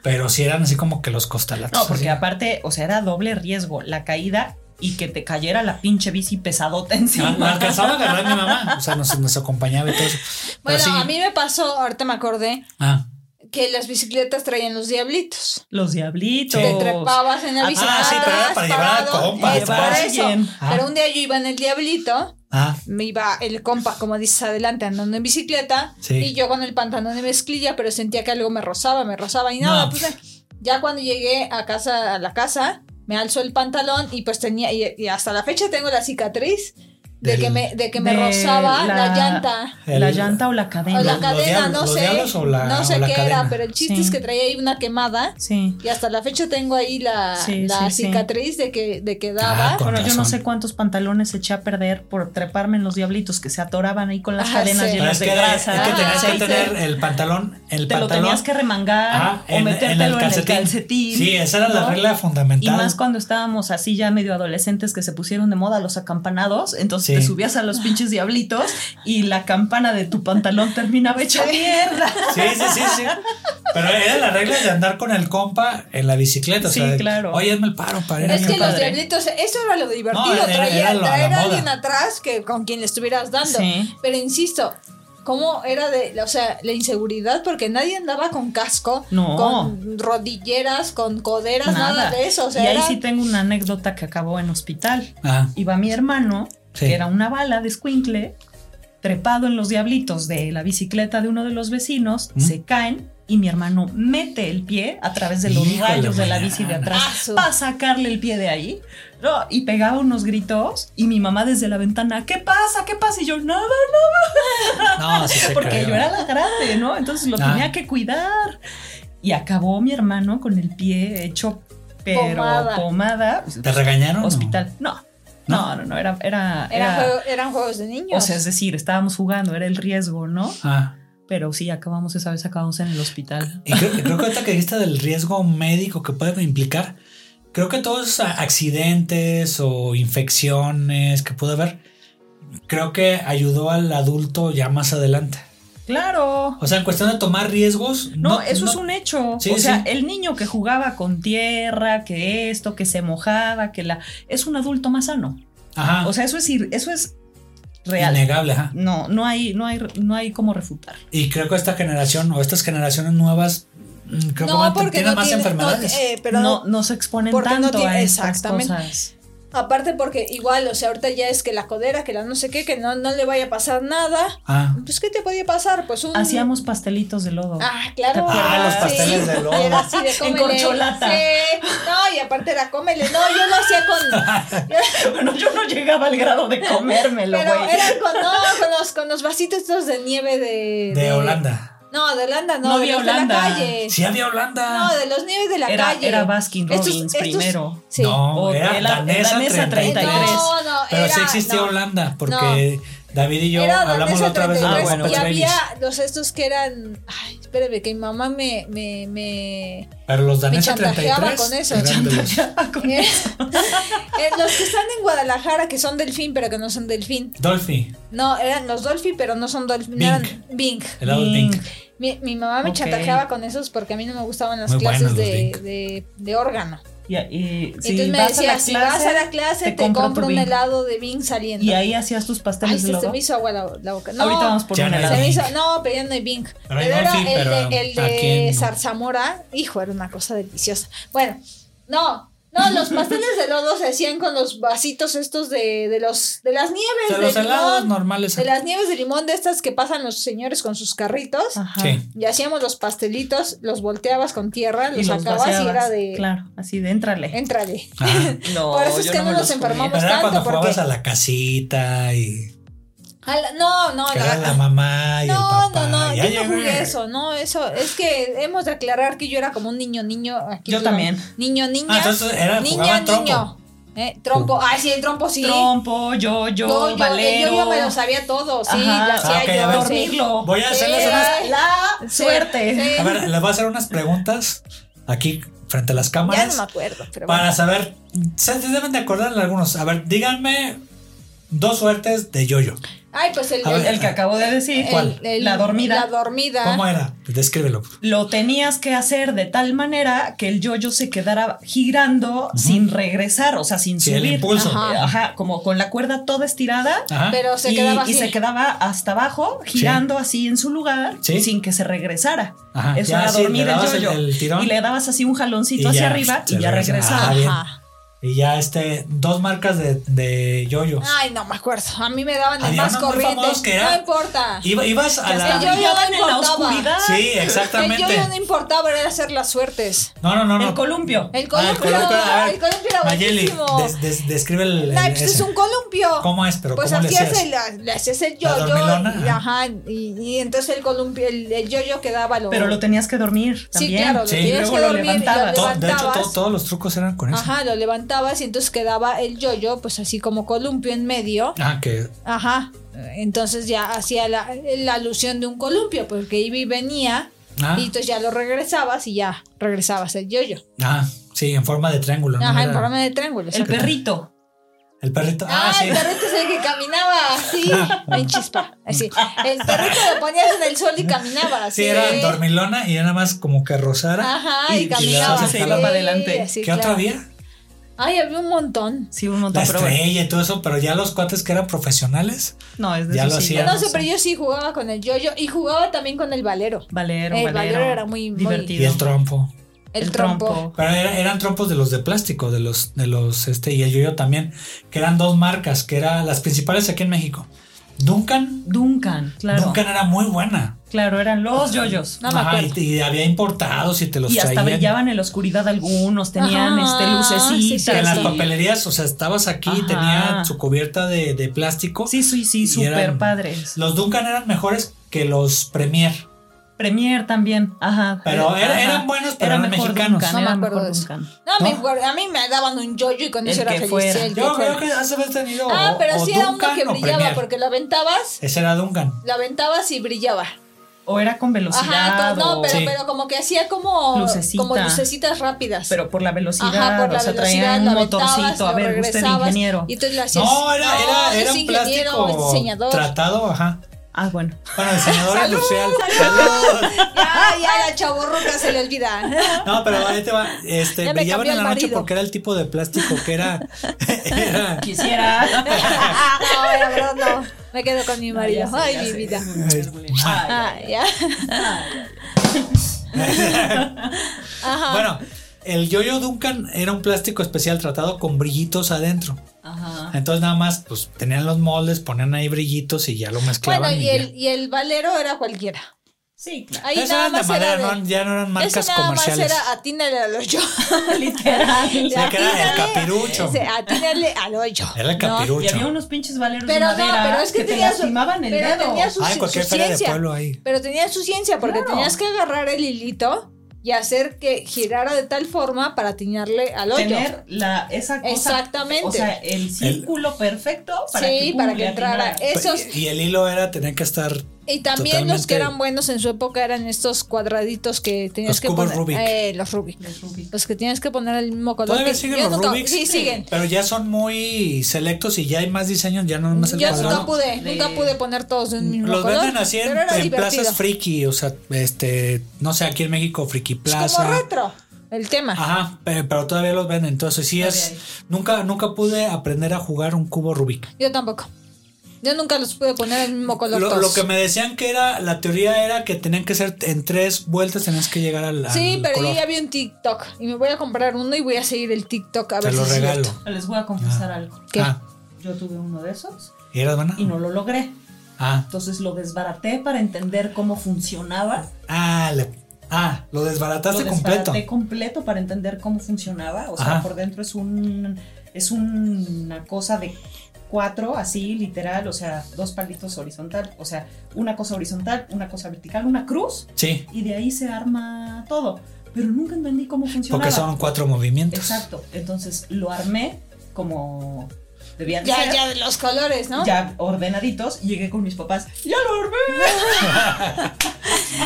A: Pero sí eran así como que los costalatos.
B: No, porque
A: así.
B: aparte, o sea, era doble riesgo, la caída y que te cayera la pinche bici pesadota
A: Ah, la
B: encima.
A: alcanzaba a agarrar mi mamá. O sea, nos, nos acompañaba y todo eso. Pero
D: Bueno,
B: pues
A: sí.
D: a mí me pasó, ahorita me acordé,
A: Ah,
D: que las bicicletas traían los diablitos.
B: Los diablitos.
A: Sí.
D: Te trepabas en la
B: Ah,
D: bicicleta.
A: sí, pero era para llevar al
D: parado.
A: compa,
D: Es
A: para
D: por eso.
B: alguien.
A: Ah.
D: Pero un día yo iba en el diablito.
A: ah,
D: me iba el compa, como dices, adelante andando en bicicleta
A: Sí.
D: y yo con el pantalón de mezclilla, pero sentía que algo me rozaba, me rozaba y
A: No.
D: nada, pues eh, ya cuando llegué a casa, a la casa, me alzó el pantalón y pues tenía, y, y hasta la fecha tengo la cicatriz de
A: Del-
D: que me, de que me
B: de
D: rozaba la,
B: la-
D: llanta.
B: La
A: El-
B: llanta o la
D: O
B: cadena.
D: la
A: Los- los
D: cadena,
A: diablos-
D: no
A: los
D: sé,
A: diablos o la-
D: no sé
A: o la
D: qué
A: cadena.
D: era, pero el chiste
B: Sí.
D: es que traía ahí una quemada
B: Sí.
D: y hasta la fecha tengo ahí la,
B: Sí,
D: la
B: sí, sí.
D: cicatriz de que, de que
A: Ah,
D: daba.
A: con
B: Bueno, yo no
A: razón.
B: sé cuántos pantalones eché a perder por treparme en los diablitos que se atoraban ahí con las
D: Ah,
B: cadenas
D: sí.
A: Pero
B: llenas
A: es que,
B: de grasa.
A: es que tenías
B: aceite.
A: que tener el pantalón, el
B: te lo
A: pantalón. ah,
B: tenías que remangar
A: Ajá,
B: o metértelo en el, calcetín.
A: Sí, esa era la
B: ¿no?
A: regla
B: Y
A: fundamental.
B: más cuando estábamos así ya medio adolescentes que se pusieron de moda los acampanados, entonces
A: Sí.
B: te subías a los pinches diablitos y la campana de tu pantalón terminaba hecha mierda.
A: Sí, sí, sí, sí. Pero era la regla de andar con el compa en la bicicleta.
B: Sí,
A: o sea,
B: claro.
A: Oye, hazme el paro para ir a
D: Es
A: mi
D: que los
A: compadre".
D: diablitos, eso era lo divertido,
A: No, era-
D: traía-
A: era lo-
D: traer
A: la
D: a alguien
A: moda.
D: atrás que con quien le estuvieras dando.
B: Sí.
D: Pero insisto, cómo era de, o sea, la inseguridad porque nadie andaba con casco,
B: No.
D: con rodilleras, con coderas, nada, de eso, o sea,
B: y ahí
D: era-
B: sí tengo una anécdota que acabó en hospital.
A: Ajá.
B: Iba mi hermano,
A: Sí.
B: que era una bala de escuincle, trepado en los diablitos de la bicicleta de uno de los vecinos,
A: ¿Mm?
B: se caen y mi hermano mete el pie a través de los
A: Híjole,
B: rayos de la
A: mañana.
B: bici de
D: Ah,
B: atrás
D: su-
B: para sacarle el pie de ahí. No, y pegaba unos gritos y mi mamá desde la ventana, ¿qué pasa? ¿Qué pasa? Y yo, nada,
A: No, sí se
B: porque
A: cayó.
B: yo era la grande, ¿no? Entonces lo
A: Ah.
B: tenía que cuidar. Y acabó mi hermano con el pie hecho pero
D: Pomada.
B: pomada.
A: ¿Te regañaron? o Ah, no?
B: hospital. No. No, no, no, era, era,
D: eran,
B: era-
D: juego- eran juegos de niños.
B: o sea, es decir, estábamos jugando, era el riesgo, ¿no?
A: Ah.
B: Pero sí, acabamos esa vez, acabamos en el hospital.
A: Y creo, creo que ahorita que dijiste del riesgo médico que puede implicar, creo que todos esos a- accidentes o infecciones que pudo haber, creo que ayudó al adulto ya más adelante.
B: Claro.
A: O sea, en cuestión de tomar riesgos.
B: No, eso es un hecho.
A: Sí,
B: o sea,
A: sí.
B: el niño que jugaba con tierra, que esto, que se mojaba, que la. Es un adulto más sano.
A: Ajá,
B: O sea, eso es, ir- eso es real.
A: innegable, ajá.
B: No, no hay, no hay, no hay cómo refutar.
A: Y creo que esta generación o estas generaciones nuevas, mm, creo que
D: no,
A: van-
D: porque
A: tienen
D: no
A: más
D: tiene- no,
A: enfermedades.
D: eh, pero
B: no, no se exponen
D: porque no
B: tanto
D: tiene-
B: a estas
D: exactamente.
B: cosas.
D: aparte porque igual, o sea, ahorita ya es que la codera, que la no sé qué, que no, no le vaya a pasar nada.
A: ah,
D: Pues qué te podía pasar? Pues un
B: Hacíamos pastelitos de lodo.
D: Ah, claro.
A: Ah, los
D: Sí.
A: pasteles de lodo.
D: Era así de
B: En
D: cómele.
B: corcholata.
D: Sí. No, y aparte era cómele. No, yo lo hacía con.
B: Bueno, yo no llegaba al grado de comérmelo,
D: pero
B: güey.
D: era con, no, con los, con los vasitos estos de nieve de.
A: de Holanda.
D: No, de Holanda, no,
B: No
D: de,
B: había
D: los de la
B: Holanda.
D: calle.
A: Sí, había Holanda.
D: eh, No, de los nieves de la
B: Era-
D: calle.
B: era Baskin Robbins primero.
D: Sí.
A: No,
B: O
A: era
B: de la-
A: danesa,
B: danesa
A: 33.
B: 33.
D: No, no,
A: Pero sí
D: era-
A: existió
D: no.
A: Holanda, porque David y yo
D: Era
A: hablamos la
D: Danesa
A: otra vez de
D: 33
A: los
B: Ah, bueno,
A: Pet
D: y
A: Babies.
D: había los estos que eran. Ay, espérame, que mi mamá me. me, me
A: Pero los danesa
D: chantajeaba
A: 33
D: con eso,
A: eran de los-
D: eh, eh, los que están en Guadalajara, que son delfín, pero que no son delfín.
A: Dolphy,
D: No, eran los Dolphy, pero no son Dolphy,
A: Bing.
D: no eran Bing.
A: el lado de Pink.
D: Mi, mi mamá me
B: Ok.
D: chantajeaba con esos porque a mí no me gustaban las
A: Muy
D: clases
A: buenos los
D: de,
A: Bing.
D: de- de órgano.
B: Y, y si
D: Entonces me
B: vas a
D: decía,
B: la
D: si
B: clase,
D: vas a la clase, te,
B: compro
D: compro
B: tu
D: un
B: Bing.
D: helado de Bing saliendo.
B: Y ahí hacías tus
D: Ay,
B: pasteles de
D: se, se
B: lodo.
D: me hizo agua la, la boca. No,
B: Ahorita vamos por
A: Ya
B: un
A: no hay
B: helado.
D: se me
A: Bing.
D: hizo, no, pero ya no hay Bing.
A: Pero
D: Pero,
A: hay
D: era
A: Dolphy,
D: el
A: pero
D: de, el
A: ¿a
D: de
A: quién no?
D: zarzamora. Hijo, era una cosa deliciosa. Bueno, no. No, los pasteles de lodo se hacían con los vasitos estos de, de los de las nieves
A: De los
D: limón.
A: helados normales.
D: De las nieves de limón de estas que pasan los señores con sus carritos.
B: Ajá.
A: Sí.
D: Y hacíamos los pastelitos, los volteabas con tierra,
B: Y
D: los
B: los
D: sacabas y
B: vaciabas.
D: era de.
B: Claro, así de éntrale.
D: Entrale.
A: Ajá.
B: No,
D: Por eso es
B: yo
D: que no
B: me
D: nos
B: los comía.
D: enfermamos.
A: Pero era
D: tanto,
A: cuando jugabas
D: porque-
A: a la casita y
D: no, no,
A: que era
D: la-
A: la mamá y el
D: no,
A: papá.
D: no, no,
A: Ya
D: yo no
A: llegué.
D: jugué eso, no, eso, es que hemos de aclarar que yo era como un niño, niño, aquí
B: Yo
D: digo,
B: también.
D: Niño, niña,
A: Ah, entonces era-
D: niño,
A: jugaban trompo.
D: niño, eh, trompo, ah, sí, el trompo sí,
B: Trompo,
D: yo,
B: yo, yo,
D: yo, yo-
B: valero.
D: yo me lo sabía todo, sí,
B: Ajá.
D: lo hacía
A: Ah, ok, a ver.
D: yo, sí.
B: Dormirlo.
A: Voy a
D: Sí,
A: hacerles unas.
D: ay,
B: La
D: sí,
B: suerte.
D: sí.
A: A ver, les voy a hacer unas preguntas aquí frente a las
D: ya no
A: cámaras
D: me acuerdo, pero bueno.
A: para saber. Se se deben de acordar algunos. A ver, díganme dos suertes de yoyo.
D: Ay, pues el,
A: A ver,
B: El que acabo de decir.
A: ¿Cuál?
D: el- el-
B: La dormida.
D: La dormida.
A: ¿Cómo era? Descríbelo.
B: lo tenías que hacer de tal manera que el yoyo se quedara girando sin regresar, o sea, sin
A: Sí, el
B: subir.
A: impulso.
B: Ajá. Ajá, como con la cuerda toda estirada.
A: Ajá.
D: Pero se
B: y,
D: quedaba
B: y
D: así.
B: se quedaba hasta abajo, girando así en su lugar,
A: Sí.
B: sin que se regresara.
A: Ajá,
B: Eso
A: ya
B: era
A: así, le
B: dormir el
A: dabas el-
B: yoyo.
A: el tirón.
B: y le dabas así un jaloncito
A: Y
B: hacia
A: ya,
B: arriba
A: se
B: y ya
A: regresa.
B: regresaba.
A: Ah, bien.
D: Ajá.
A: Y ya este, dos marcas de, de yoyos.
D: Ay, no me acuerdo. A mí me daban el
A: Había
D: más
A: unos muy
D: corriente.
A: famosos que era-
D: No importa.
A: Iba- ibas a
D: sea,
A: la.
D: yo-
B: Brillaban en la
D: importaba.
B: oscuridad.
A: Sí,
D: El
A: exactamente.
D: yo no importaba, era hacer las suertes.
A: No, no, no, no.
B: El columpio.
A: Ah,
D: El
A: el
D: columpio,
A: columpio, a ver,
D: el columpio era
A: Nayeli,
D: buenísimo.
A: des- des- describe el. el-
D: Nah, pues es
A: ese.
D: un columpio.
A: ¿Cómo es? Pero
D: pues
A: ¿cómo le
D: hacías
A: hacías?
D: el, le hacías el
A: ¿La
D: yo-yo.
A: dormilona?
D: y- Ajá. Y, y entonces el columpio, el, el yo-yo quedaba lo.
B: Pero lo tenías que dormir también.
D: claro, lo
A: Sí.
B: Y
A: tenías
B: luego
D: que
B: lo
D: dormir y lo
B: levantabas.
A: To- de hecho,
D: levantabas.
A: to- todos los trucos eran con eso.
D: Ajá, lo levantabas y entonces quedaba el yo-yo, pues así como columpio en medio.
A: Ah, que.
D: Ajá. Entonces ya hacía la, la alusión de un columpio, porque iba y venía.
A: Ah,
D: Y entonces ya lo regresabas y ya regresabas el yo-yo.
A: ah, sí, en forma de triángulo. ¿no?
D: Ajá, en
A: Era-
D: forma de triángulo.
B: El
D: exacto.
B: perrito.
A: El perrito. Ah,
D: Ah,
A: sí.
D: el perrito es el que caminaba así, en chispa. Así. El perrito lo ponías en el sol y caminaba así.
A: Sí, era dormilona y ya nada más como que rozara.
D: Ajá, y,
A: y
D: caminaba.
A: luego
D: así,
A: se iba
B: para adelante.
D: así,
A: ¿Qué
D: claro.
A: otro había?
D: Ay, había un montón.
B: Sí, un montón.
A: La
B: pero bueno.
A: estrella y todo eso, pero ya los cuates que eran profesionales.
B: No, es de
A: Ya
B: eso
A: lo
B: sí,
A: hacía.
D: No sé, pero yo sí jugaba con el yo-yo y jugaba también con el valero.
B: Valero,
D: El
B: Valero.
D: Valero era muy- muy-
A: Y el trompo.
D: El,
B: El
D: trompo.
B: trompo.
A: Pero era- eran trompos de los de plástico, de los, de los, este, y el yoyo también, que eran dos marcas, que eran las principales aquí en México. Duncan,
B: Duncan, claro.
A: Duncan era muy buena.
B: Claro, eran los yoyos.
D: No me
A: Ajá,
D: acuerdo.
A: y, y había importados y te los
B: y hasta
A: traían.
B: brillaban en la oscuridad algunos, tenían
D: Ajá,
B: este lucecitas.
D: sí, sí,
A: en las
D: sí.
A: papelerías, o sea, estabas aquí y
B: Ajá.
A: tenía su cubierta de, de plástico.
B: Sí, sí, sí,
A: Y
B: súper
A: eran-
B: padres.
A: Los Duncan eran mejores que los Premier.
B: Premier también, ajá.
A: Pero era-
B: Ajá.
A: eran buenos, pero
B: Era
A: eran
B: mejor
A: mexicanos.
B: Duncan,
D: No me
B: era
D: acuerdo
B: mejor
D: de eso.
B: Duncan.
D: No, me
A: ¿No?
D: acuerdo, a mí me daban un yoyo y con
B: El
D: eso era
B: que
D: feliz.
B: fuera.
D: sí, el que
A: Yo
D: fuera.
A: creo que has de haber tenido.
D: Ah,
A: o-
D: pero
A: o
D: sí era uno
A: Duncan
D: que
A: o
D: brillaba
A: Premier.
D: porque lo aventabas,
A: Ese era Duncan.
D: lo aventabas y brillaba.
B: O era con velocidad.
D: Ajá, to- no,
B: o-
D: pero,
A: Sí.
D: pero como que hacía como,
B: Lucecita.
D: como lucecitas rápidas.
B: pero por la velocidad,
D: Ajá, por la
B: o sea,
D: velocidad,
B: traían
D: lo
B: un
D: aventabas,
B: motorcito. A
D: lo
B: ver, usted
D: regresabas,
B: ingeniero.
D: Y entonces le hacías,
A: No, era, era,
D: "No,
A: era
D: es
A: un
D: ingeniero, es
A: plástico
D: diseñador.
A: tratado, ajá.
B: Ah, bueno.
A: Bueno, diseñador industrial.
D: Ya, ya, la chavorruca se le olvida.
A: No, pero ahí te va. Este,
D: Ya me
A: brillaban
D: cambió
A: en
D: el
A: la noche
D: marido.
A: porque era el tipo de plástico que era. era-
B: Quisiera.
D: Ah, no, la verdad no. Me quedo con
A: Ah,
D: mi marido.
B: Ya sé,
D: Ay,
B: ya
D: mi
B: sé.
D: vida.
B: Ay,
D: Ah, ya. Ajá.
A: Bueno, el yoyo Duncan era un plástico especial tratado con brillitos adentro.
D: Ah.
B: Ajá.
A: Entonces nada más, pues tenían los moldes, ponían ahí brillitos y ya lo mezclaban.
D: Bueno,
A: y
D: y
A: ya.
D: el, y el valero era cualquiera.
B: Sí, claro.
D: Ahí
A: Eso
D: nada
A: eran de
D: más
A: madera,
D: era de-
A: no- ya no eran marcas
D: Eso nada
A: comerciales.
D: más era atínale a los yo.
B: Literal.
A: O sea, que era el
D: Atínale-
A: capirucho.
D: sí, Atínale al hoyo.
A: Era el
D: ¿no?
B: Y
A: capirucho.
B: había unos pinches valeros
D: Pero
B: de
D: no,
B: madera
D: pero es que,
B: que te
D: tenía su-
B: lastimaban el
D: pero
B: dedo.
D: tenía su,
A: Ay,
D: ci-
A: Ah, cualquier
D: su
A: feria de
D: ciencia.
A: pueblo ahí.
D: Pero tenía su ciencia porque
B: Claro.
D: tenías que agarrar el hilito y hacer que girara de tal forma para atinarle al hoyo.
B: tener la esa cosa,
D: Exactamente.
B: o sea, el círculo perfecto para
D: sí,
B: que pum,
D: para
B: le
D: que entrara.
B: atinara.
D: Esos
A: Y el hilo era, tenía que estar.
D: Y también los
A: Totalmente.
D: que eran buenos en su época eran estos cuadraditos que tenías
A: Los
D: que
A: cubos
D: poner.
A: Rubik.
D: Eh, los Rubik.
B: Los Rubik.
D: Los que tenías que poner el mismo color.
A: Todavía
D: que-
A: siguen
D: Pues, yo
A: los
D: nunca-
A: Rubik's.
D: Sí, siguen.
A: Pero ya son muy selectos y ya hay más diseños, ya no es el
D: Yo nunca
A: cuadrado.
D: pude,
B: De-
D: nunca pude poner todos de un mismo
A: Los
D: color.
A: venden así en,
D: pero era
A: en
D: divertido.
A: plazas friki, o sea, este, no sé, aquí en México, friki
D: Es
A: plaza.
D: como retro el tema.
A: Ajá, pe- pero todavía los venden. Entonces, sí
B: hay.
A: es. Nunca, nunca pude aprender a jugar un cubo Rubik.
D: Yo tampoco. Yo nunca los pude poner el mismo color.
A: Lo,
D: todos.
A: lo que me decían que era, la teoría era que tenían que ser en tres vueltas, tenías que llegar al. al
D: Sí, pero
A: color.
D: yo ya vi un TikTok y me voy a comprar uno y voy a seguir el TikTok a
A: Te
D: ver
A: lo
D: si es
A: regalo.
D: cierto.
B: Les voy a confesar algo.
D: ¿Qué?
A: Ah,
B: Yo tuve uno de esos
A: ¿y eras buena?
B: y no lo logré.
A: Ah,
B: Entonces lo desbaraté para entender cómo funcionaba.
A: ah, le- ah, lo desbarataste
B: lo
A: completo.
B: desbaraté completo para entender cómo funcionaba. O sea,
A: Ajá.
B: por dentro es un es una cosa de cuatro, así literal, o sea, dos palitos horizontal, o sea, una cosa horizontal, una cosa vertical, una cruz,
A: Sí,
B: y de ahí se arma todo. Pero nunca entendí cómo funcionaba.
A: porque son cuatro movimientos.
B: Exacto. Entonces lo armé como debía de
D: Ya,
B: ser,
D: ya de los colores, ¿no?
B: ya ordenaditos, y llegué con mis papás, ¡ya lo armé!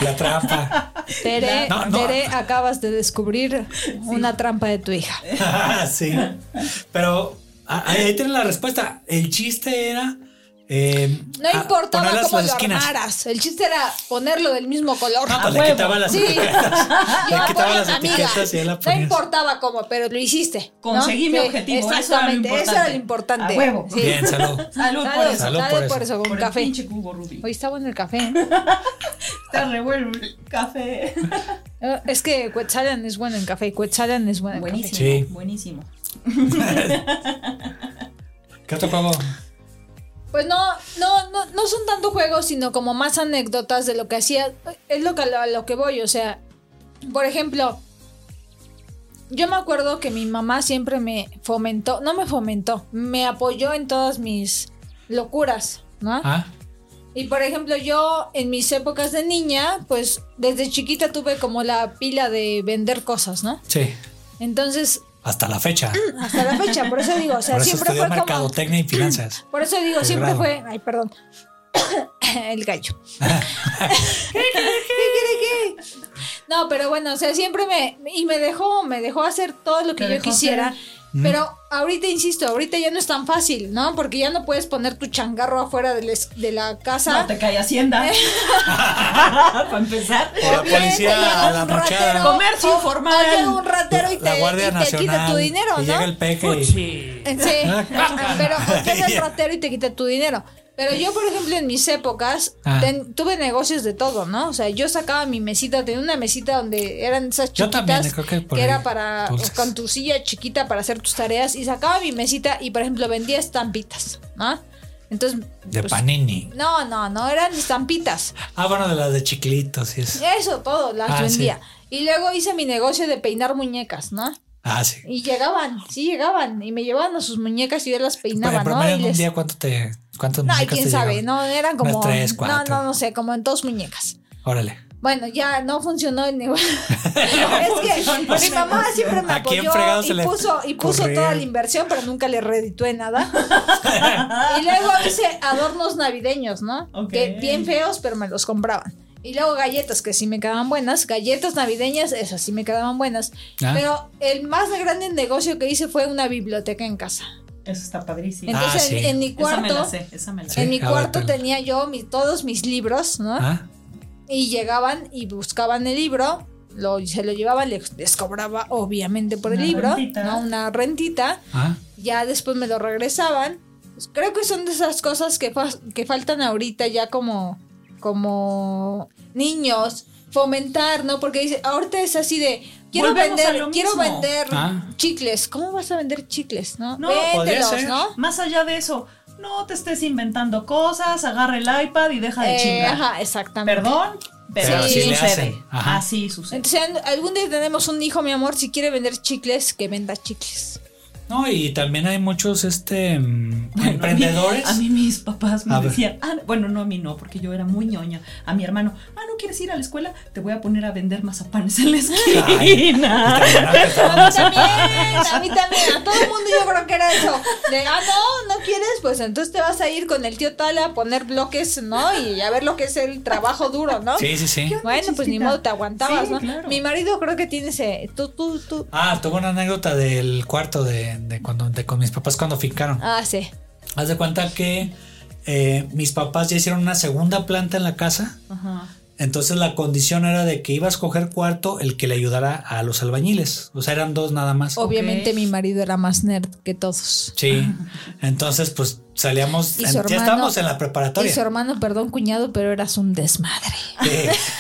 A: La trampa.
D: Tere,
A: No, no.
D: Tere, acabas de descubrir una trampa de tu hija.
A: sí. Pero a- ahí tienen la respuesta. El chiste era. eh,
D: No
A: a-
D: importaba
A: ponerlas
D: cómo
A: las
D: lo armaras. El chiste era ponerlo del mismo color.
A: No, pues
B: huevo.
A: le quitaba las
D: Sí.
A: etiquetas.
D: Yo,
A: le quitaba
D: bueno,
A: las
D: amiga,
A: etiquetas y él la
D: No
A: ponía.
D: importaba cómo, pero lo hiciste. ¿no?
B: Conseguí mi
D: Sí,
B: objetivo, eso era lo
D: Exactamente, eso era lo importante.
B: importante. A huevo.
D: Sí.
A: Bien, salud.
B: Salud
D: Dale,
B: por eso.
A: Salud
D: dale
A: por eso.
D: por eso, con
B: Por el
D: café.
B: pinche cubo Rubik.
D: Hoy está bueno el café.
B: Te revuelve el café.
D: ¿eh? es que Quetzalan es bueno en café. Quetzalan es bueno en
B: Buenísimo,
D: café.
A: Sí.
B: buenísimo.
A: ¿Qué otro juego?
D: Pues no, no, no, no son tanto juegos, sino como más anécdotas de lo que hacía. Es lo que, a lo que voy, o sea, por ejemplo, yo me acuerdo que mi mamá siempre me fomentó, no me fomentó, me apoyó en todas mis locuras, ¿no?
A: Ah,
D: Y por ejemplo, yo en mis épocas de niña, pues desde chiquita tuve como la pila de vender cosas, ¿no?
A: sí.
D: Entonces,
A: Hasta la fecha.
D: hasta la fecha, por eso digo, Mm. o sea,
A: Por eso
D: siempre
A: estudió
D: fue como...
A: mercadotecnia y finanzas.
D: Por eso digo,
A: El
D: siempre
A: grado.
D: fue. Ay, perdón. El gallo. ¿Qué, qué, qué? No, pero bueno, o sea, siempre me. Y me dejó, me dejó hacer todo lo que yo
B: Te dejó
D: quisiera.
B: hacer.
D: Pero ahorita, insisto, ahorita ya no es tan fácil, ¿no? Porque ya no puedes poner tu changarro afuera de, les- de la casa.
B: No te cae Hacienda. Para empezar.
A: O la policía a la mochada.
B: Comercio
D: o-
B: informal.
D: o llega un ratero y te,
A: La Guardia
D: y te quita
A: Nacional.
D: tu dinero,
A: y
D: ¿no? Pues
A: llega el peje. y-
B: Fuchi.
D: Sí, pero o llega el ratero y te quita tu dinero. Pero yo, por ejemplo, en mis épocas
A: Ah.
D: ten- tuve negocios de todo, ¿no? O sea, yo sacaba mi mesita, tenía una mesita donde eran esas
A: Yo también, creo
D: chiquitas
A: que por ahí,
D: era para
A: dulces.
D: con tu silla chiquita para hacer tus tareas y sacaba mi mesita y, por ejemplo, vendía estampitas, ¿no? Entonces,
A: De
D: pues,
A: panini.
D: no, no, no, eran estampitas.
A: Ah, bueno, de las de chiquilitos y eso.
D: Eso, todo, las
A: Ah, sí.
D: vendía. Y luego hice mi negocio de peinar muñecas, ¿no?
A: Ah, sí.
D: Y llegaban, sí llegaban, y me llevaban a sus muñecas y yo las
A: Pero
D: peinaba,
A: en
D: ¿no?
A: promedio
D: Y
A: en
D: les-
A: un día, ¿cuánto te, ¿cuántos
D: No, y
A: muñecas
D: quién
A: te
D: sabe,
A: llegaban?
D: no, eran como.
A: Unas tres,
D: no,
A: cuatro.
D: no, no sé, como en dos muñecas.
A: Órale.
D: Bueno, ya no funcionó el negocio. es que mi mamá siempre me
A: ¿A quién
D: apoyó
A: fregado se
D: y
A: le
D: puso, y puso
A: ocurrió?
D: toda la inversión, pero nunca le reditué nada.
A: ¿Ah?
D: y luego hice adornos navideños, ¿no?
B: Ok.
D: Que bien feos, pero me los compraban. Y luego galletas, que sí me quedaban buenas. Galletas navideñas, esas sí me quedaban buenas.
A: Ah.
D: Pero el más grande negocio que hice fue una biblioteca en casa.
B: Eso está padrísimo.
A: Ah,
D: Entonces, en-
A: sí.
D: en mi
B: Ah, esa me la
D: cuarto,
B: sé, esa me la
A: Sí.
B: sé.
D: en mi
A: a
D: cuarto
A: ver, ten-
D: tenía yo mi- todos mis libros, ¿no?
A: Ah,
D: Y llegaban y buscaban el libro, lo, se lo llevaban, les, les cobraba obviamente por el
B: Una
D: libro,
B: rentita.
D: ¿no? Una rentita,
A: ah.
D: ya después me lo regresaban. Pues creo que son de esas cosas que, fa- que faltan ahorita ya como, como niños, fomentar, ¿no? Porque dice, ahorita es así de, quiero
B: Volvemos a
D: vender,
B: lo
D: quiero
B: mismo.
D: vender
A: Ah.
D: chicles. ¿Cómo vas a vender chicles, no?
B: No,
A: podría
D: Véntelos,
A: ser.
D: ¿no? Eh,
B: Más allá de eso, no te estés inventando cosas, agarra el iPad y deja Ah, de
D: Eh,
B: chingar.
D: ajá, exactamente.
B: Perdón, pero,
D: Pero
B: así
D: así le
B: sucede.
A: hacen. Ajá.
B: Así sucede.
D: Entonces, an- algún día tenemos un hijo, mi amor, si quiere vender chicles, que venda chicles.
A: No, y también hay muchos este mm,
B: Bueno,
A: emprendedores.
B: A mí, a mí mis papás me
A: A ver.
B: decían, ah, bueno, no a mí no, porque yo era muy ñoña. A mi hermano, ah, ¿no quieres ir a la escuela? Te voy a poner a vender mazapanes en la esquina.
A: Está bueno, que está-
D: A mí también, a mí también, a todo el mundo yo creo que era eso. De, ah, no, no quieres, pues entonces te vas a ir con el tío Tal a poner bloques, ¿no? Y a ver lo que es el trabajo duro, ¿no?
A: Sí, sí, sí.
D: Bueno, pues ni
B: Chistita.
D: modo, te aguantabas,
B: Sí,
D: ¿no?
B: claro.
D: Mi marido creo que tiene ese. Tú, tú, tú.
A: Ah, tuve una anécdota del cuarto de, de cuando de con mis papás cuando fincaron.
D: Ah, sí.
A: Haz de cuenta que eh, mis papás ya hicieron una segunda planta en la casa.
B: Ajá.
A: Entonces la condición era de que iba a escoger cuarto el que le ayudara a los albañiles. O sea, eran dos nada más.
D: Obviamente mi marido era más nerd que todos.
A: Sí. Entonces, pues salíamos.
D: Ah. Y
A: en-
D: su
A: ya
D: hermano-
A: estábamos en la
D: Y
A: preparatoria.
D: su hermano, perdón, cuñado, pero eras un desmadre.
A: Sí.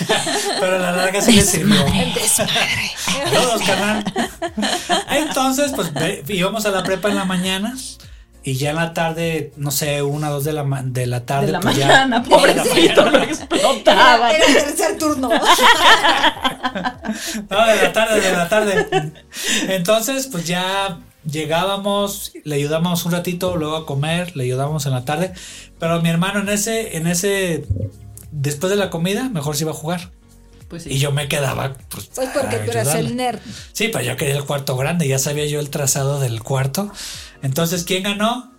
A: Pero a la larga sí les sirvió.
D: Desmadre.
A: Todos, carnal. Entonces, pues ve- íbamos a la prepa en la mañana y ya en la tarde, no sé, una, dos de la, ma- de la tarde.
B: De la
A: pues, ya-
B: mañana, pobrecito, lo explotaba.
D: Era el tercer turno.
A: No, de la tarde, de la tarde. Entonces, pues ya llegábamos, le ayudamos un ratito, luego a comer, le ayudamos en la tarde. Pero mi hermano en ese, en ese, después de la comida, mejor se iba a jugar.
B: Pues sí.
A: Y yo me quedaba, pues.
D: Pues porque
A: a
D: tú eras
A: ayudarle.
D: el nerd.
A: Sí, pero yo quería el cuarto grande, ya sabía yo el trazado del cuarto. Entonces, ¿quién ganó?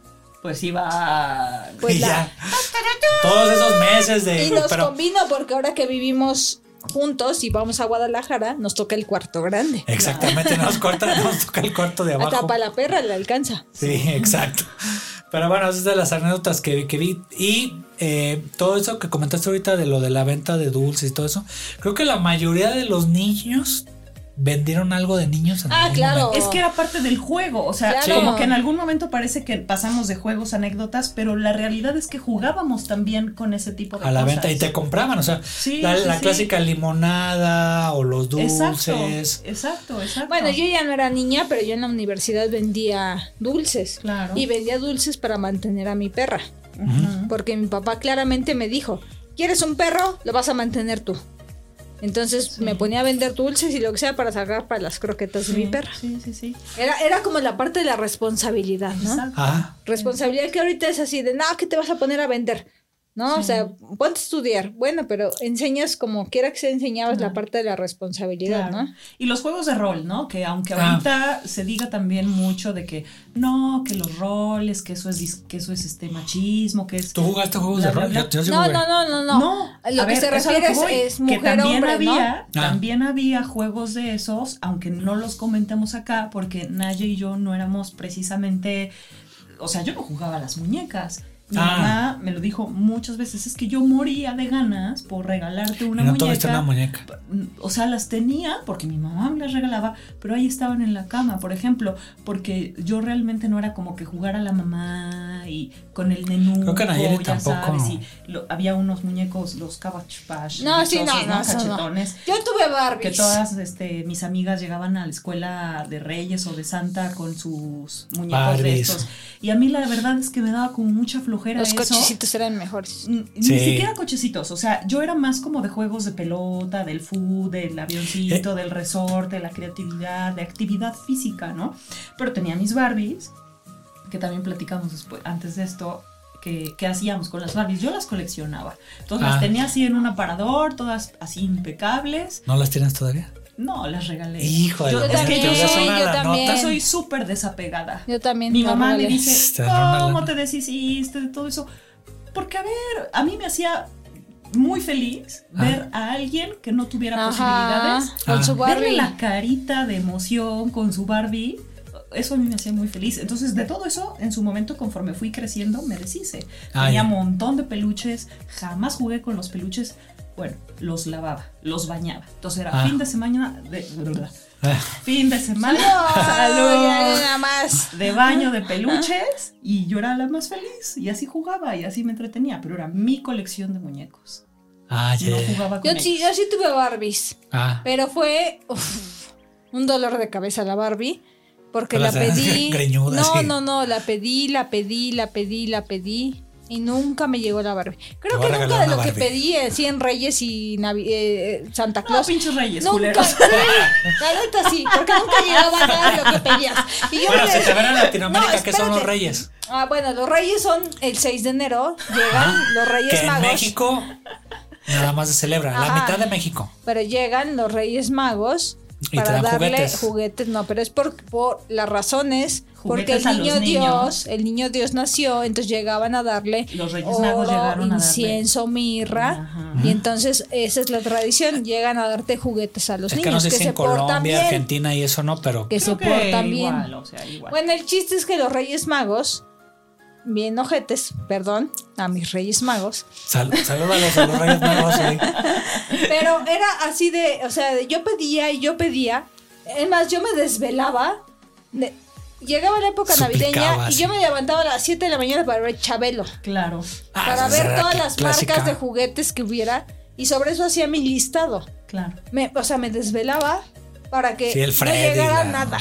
B: Pues iba.
D: Pues
A: y
D: la-
A: ya. Todos esos meses de.
D: Y nos
A: Eh, pero-
D: combino porque ahora que vivimos juntos y vamos a Guadalajara, nos toca el cuarto grande.
A: exactamente, nos corta, nos toca el cuarto Eh, de abajo.
D: Hasta para la perra le alcanza.
A: Sí, exacto. Pero bueno, esas es de las anécdotas que, que vi. Y eh, todo eso que comentaste ahorita de lo de la venta de dulces y todo eso, creo que la mayoría de los niños vendieron algo de niños. En
D: Ah,
A: algún
D: claro.
A: momento.
B: Es que era parte del juego, o sea,
D: Claro.
B: como que en algún momento parece que pasamos de juegos a anécdotas, pero la realidad es que jugábamos también con ese tipo de
A: A la
B: cosas.
A: venta y te compraban, o sea,
B: Sí,
A: la,
B: sí,
A: la
B: sí.
A: clásica limonada o los dulces.
B: Exacto, exacto, exacto.
D: Bueno, yo ya no era niña, pero yo en la universidad vendía dulces.
B: Claro.
D: Y vendía dulces para mantener a mi perra.
B: Ujú.
D: Porque mi papá claramente me dijo, ¿quieres un perro? Lo vas a mantener tú. Entonces me ponía a vender dulces y lo que sea para sacar para las croquetas de mi perra.
B: Sí, sí, sí.
D: Era, era como la parte de la responsabilidad, ¿no?
B: Exacto.
A: Ah,
D: Responsabilidad que ahorita es así de, no, ¿qué te vas a poner a vender? ¿no? O sea, ponte a estudiar, bueno, pero enseñas como quiera que se enseñabas la parte de la responsabilidad,
B: Claro.
D: ¿no?
B: Y los juegos de rol, ¿no? Que aunque
A: Ah.
B: ahorita se diga también mucho de que no, que los roles, que eso es dis- que eso es este machismo, que es
A: ¿Tú jugaste juegos de
B: Bla, bla,
A: rol?
B: bla.
A: Yo, yo sí
D: No,
A: jugué.
D: no, no, no, no. lo
B: a
D: que
B: ver,
D: se
B: eso a lo
D: refiere
B: que voy,
D: es, es
B: que también
D: mujer-hombre, ¿no?
A: Ah.
B: había, también había juegos de esos, aunque no los comentamos acá porque Naya y yo no éramos precisamente, o sea, yo no jugaba a las muñecas. Mi
A: Ah.
B: mamá me lo dijo muchas veces, es que yo moría de ganas por regalarte una
A: y no tuviste
B: muñeca.
A: una muñeca.
B: o sea, las tenía porque mi mamá me las regalaba, pero ahí estaban en la cama, por ejemplo, porque yo realmente no era como que jugar a la mamá y con el menú,
A: Creo que Nayeli
B: ya
A: tampoco.
B: sabes, y lo- había unos muñecos, los Cabbage Patch,
D: No, sí,
B: dichosos,
D: no, no, eso no.
B: cachetones,
D: Yo tuve
B: que
D: Barbies.
B: todas este, mis amigas llegaban a la escuela de Reyes o de Santa con sus muñecos de
A: Barbies.
B: estos. Y a mí la verdad es que me daba como mucha flojera
D: Los
B: eso.
D: cochecitos eran mejores.
B: N-
A: Sí.
B: Ni siquiera cochecitos, o sea, yo era más como de juegos de pelota, del food, del avioncito, del resorte, de la creatividad, de actividad física, ¿no? Pero tenía mis Barbies, que también platicamos después, antes de esto, que, que hacíamos con las Barbies. Yo las coleccionaba. Entonces
A: Ah.
B: las tenía así en un aparador, todas así impecables.
A: ¿No las tienes todavía?
B: No, las regalé.
A: Hijo de
B: Yo-
A: la
B: es que
A: madre,
B: yo
A: te vas a
B: soy-
A: sonar
D: yo
A: la
D: también.
A: nota.
B: soy súper desapegada.
D: Yo también.
B: Mi
D: no
B: mamá me
D: regalé.
B: dice,
A: Te arruinaron la
B: ¿cómo
A: lana".
B: te deshiciste de todo eso? Porque, a ver, a mí me hacía muy feliz ver a alguien que no tuviera
D: Ajá,
B: posibilidades.
D: con
A: Ah.
D: su
B: Verle
D: Barbie.
B: la carita de emoción con su Barbie, eso a mí me hacía muy feliz. Entonces, de todo eso, en su momento, conforme fui creciendo, me deshice.
A: Ah, ya.
B: Tenía un montón de peluches, jamás jugué con los peluches. Bueno, los lavaba, los bañaba. Entonces era
A: Ah.
B: fin de semana, de,
A: Ah.
B: fin de semana,
D: Ay, ay,
B: ¡Salud!
D: Ah, nada más.
B: de baño de peluches y yo era la más feliz y así jugaba y así me entretenía, pero era mi colección de muñecos.
A: Ah, ya, ya,
B: No
A: ya.
B: jugaba con
D: Yo sí,
B: ellos.
D: yo sí tuve Barbies,
A: Ah.
D: pero fue uf, un dolor de cabeza la Barbie. Porque
A: Pero
D: la
A: las eran
D: pedí.
A: greñudas,
D: no,
A: sí.
D: no, no, la pedí, la pedí, la pedí, la pedí. Y nunca me llegó la Barbie. Creo
A: voy a
D: que nunca
A: regalar
D: de
A: una
D: lo que
A: Barbie.
D: pedí, eh, sí, en Reyes y Navi- eh, eh, Santa
B: No,
D: Claus.
B: pinches reyes,
D: Nunca,
B: culeros.
D: sí, la neta sí, porque nunca llegaba nada de lo que pedías. Y yo
A: Bueno,
D: me-
A: si te ven en Latinoamérica,
D: No,
A: ¿qué son los
D: espérate.
A: reyes?
D: Ah, bueno, los reyes son el 6 de enero, llegan los
A: Ah, Que
D: reyes
A: en
D: magos.
A: México nada más se celebra, la
D: Ajá.
A: mitad de México.
D: Pero llegan los Reyes Magos
A: Y te
D: para
A: dan
D: darle
A: juguetes.
D: juguetes. No, pero es por, por las razones. porque
B: Juguetes
D: el
B: a los
D: niño
B: niños.
D: Dios, el niño Dios nació, entonces llegaban a darle
B: Los Reyes Magos llegaron a darle.
D: incienso, mirra,
B: Ajá.
D: y entonces esa es la tradición, llegan a darte juguetes a los
A: es
D: niños
A: que no sé si
D: se
A: en
D: portan
A: Colombia,
D: bien,
A: Argentina y eso no, pero
D: que se
B: Creo que
D: portan bien.
B: igual, o sea, igual.
D: Bueno, el chiste es que los Reyes Magos, bien ojetes, perdón, a mis Reyes Magos,
A: sal- salúdalos a los reyes magos. sí.
D: Pero era así de, o sea, de yo pedía y yo pedía. Es más, yo me desvelaba. de- llegaba la época navideña
A: Suplicabas.
D: y yo me levantaba a las 7 de la mañana para ver Chabelo.
B: Claro.
A: Ah,
D: para
A: esa
D: ver
A: era
D: todas
A: cl-
D: las
A: clásica.
D: marcas de juguetes que hubiera. Y sobre eso hacía mi listado.
B: Claro.
D: Me- o sea, me desvelaba para que
A: Sí, el
D: no
A: Freddy,
D: llegara
A: la-
D: nada.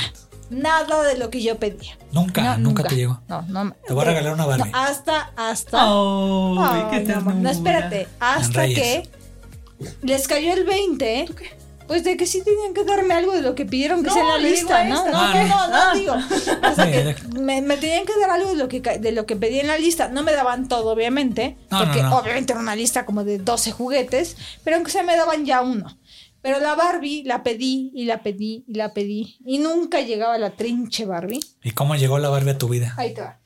D: Nada de lo que yo pedía.
A: Nunca,
D: No,
A: nunca, te llegó.
D: No, no.
A: Te voy a regalar una Barbie.
D: No, hasta,
B: Ah,
D: hasta.
B: Ay,
D: ¿Ah? Ay,
B: qué
D: no,
B: ternura.
D: amor. No, espérate, hasta
A: Reyes.
D: que les cayó el 20. Pues de que sí tenían que darme algo de lo que pidieron que
B: No,
D: sea en la
B: le digo
D: lista,
B: a
D: ¿no?
B: esta.
D: No,
A: Ah,
D: no, no,
A: no.
D: no, digo. Hasta
A: Sí,
D: que
A: deja-
D: me, me tenían que dar algo de lo que ca- de lo que pedí en la lista. No me daban todo, obviamente,
A: No, no,
D: porque
A: no.
D: obviamente era una lista como de 12 juguetes, pero aunque sea me daban ya uno. Pero la Barbie la pedí y la pedí y la pedí y nunca llegaba la trinche Barbie.
A: ¿Y cómo llegó la Barbie a tu vida?
D: Ahí te va.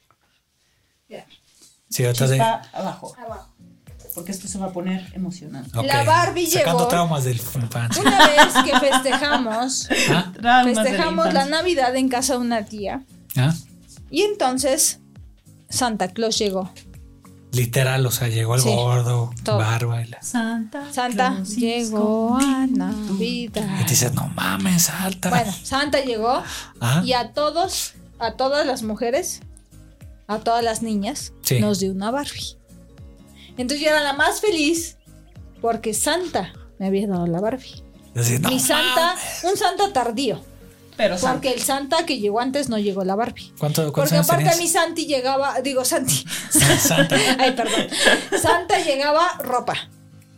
D: Ya,
A: Sí, entonces.
B: Está abajo,
D: abajo.
B: porque esto se va a poner emocionante.
A: ok,
D: La Barbie
A: Sacando
D: llegó.
A: traumas del infancia.
D: Una vez que festejamos
A: ¿Ah?
B: Traumas de la
D: Festejamos la
B: infancia.
D: Navidad en casa de una tía.
A: ¿Ah?
D: Y entonces Santa Claus llegó.
A: Literal, o sea, llegó el
D: Sí,
A: gordo,
D: todo.
A: barba y la.
B: Santa.
D: Santa
B: Claus is
D: llegó a
B: coming.
A: Y
D: Navidad.
A: te dices, no mames, salta.
D: Bueno, Santa llegó
A: ¿Ah?
D: y a todos, a todas las mujeres, a todas las niñas,
A: Sí.
D: nos dio una Barbie. Entonces yo era la más feliz porque Santa me había dado la Barbie.
A: Dices, no
D: Mi Santa, un Santa tardío,
B: Pero Santa.
D: porque el Santa que llegó antes no llegó la Barbie.
A: ¿Cuánto, ¿Cuántos
D: Porque
A: años
D: aparte a
A: tenías?
D: mi Santi llegaba, digo Santi,
A: Santa.
D: Ay, perdón. Santa llegaba ropa.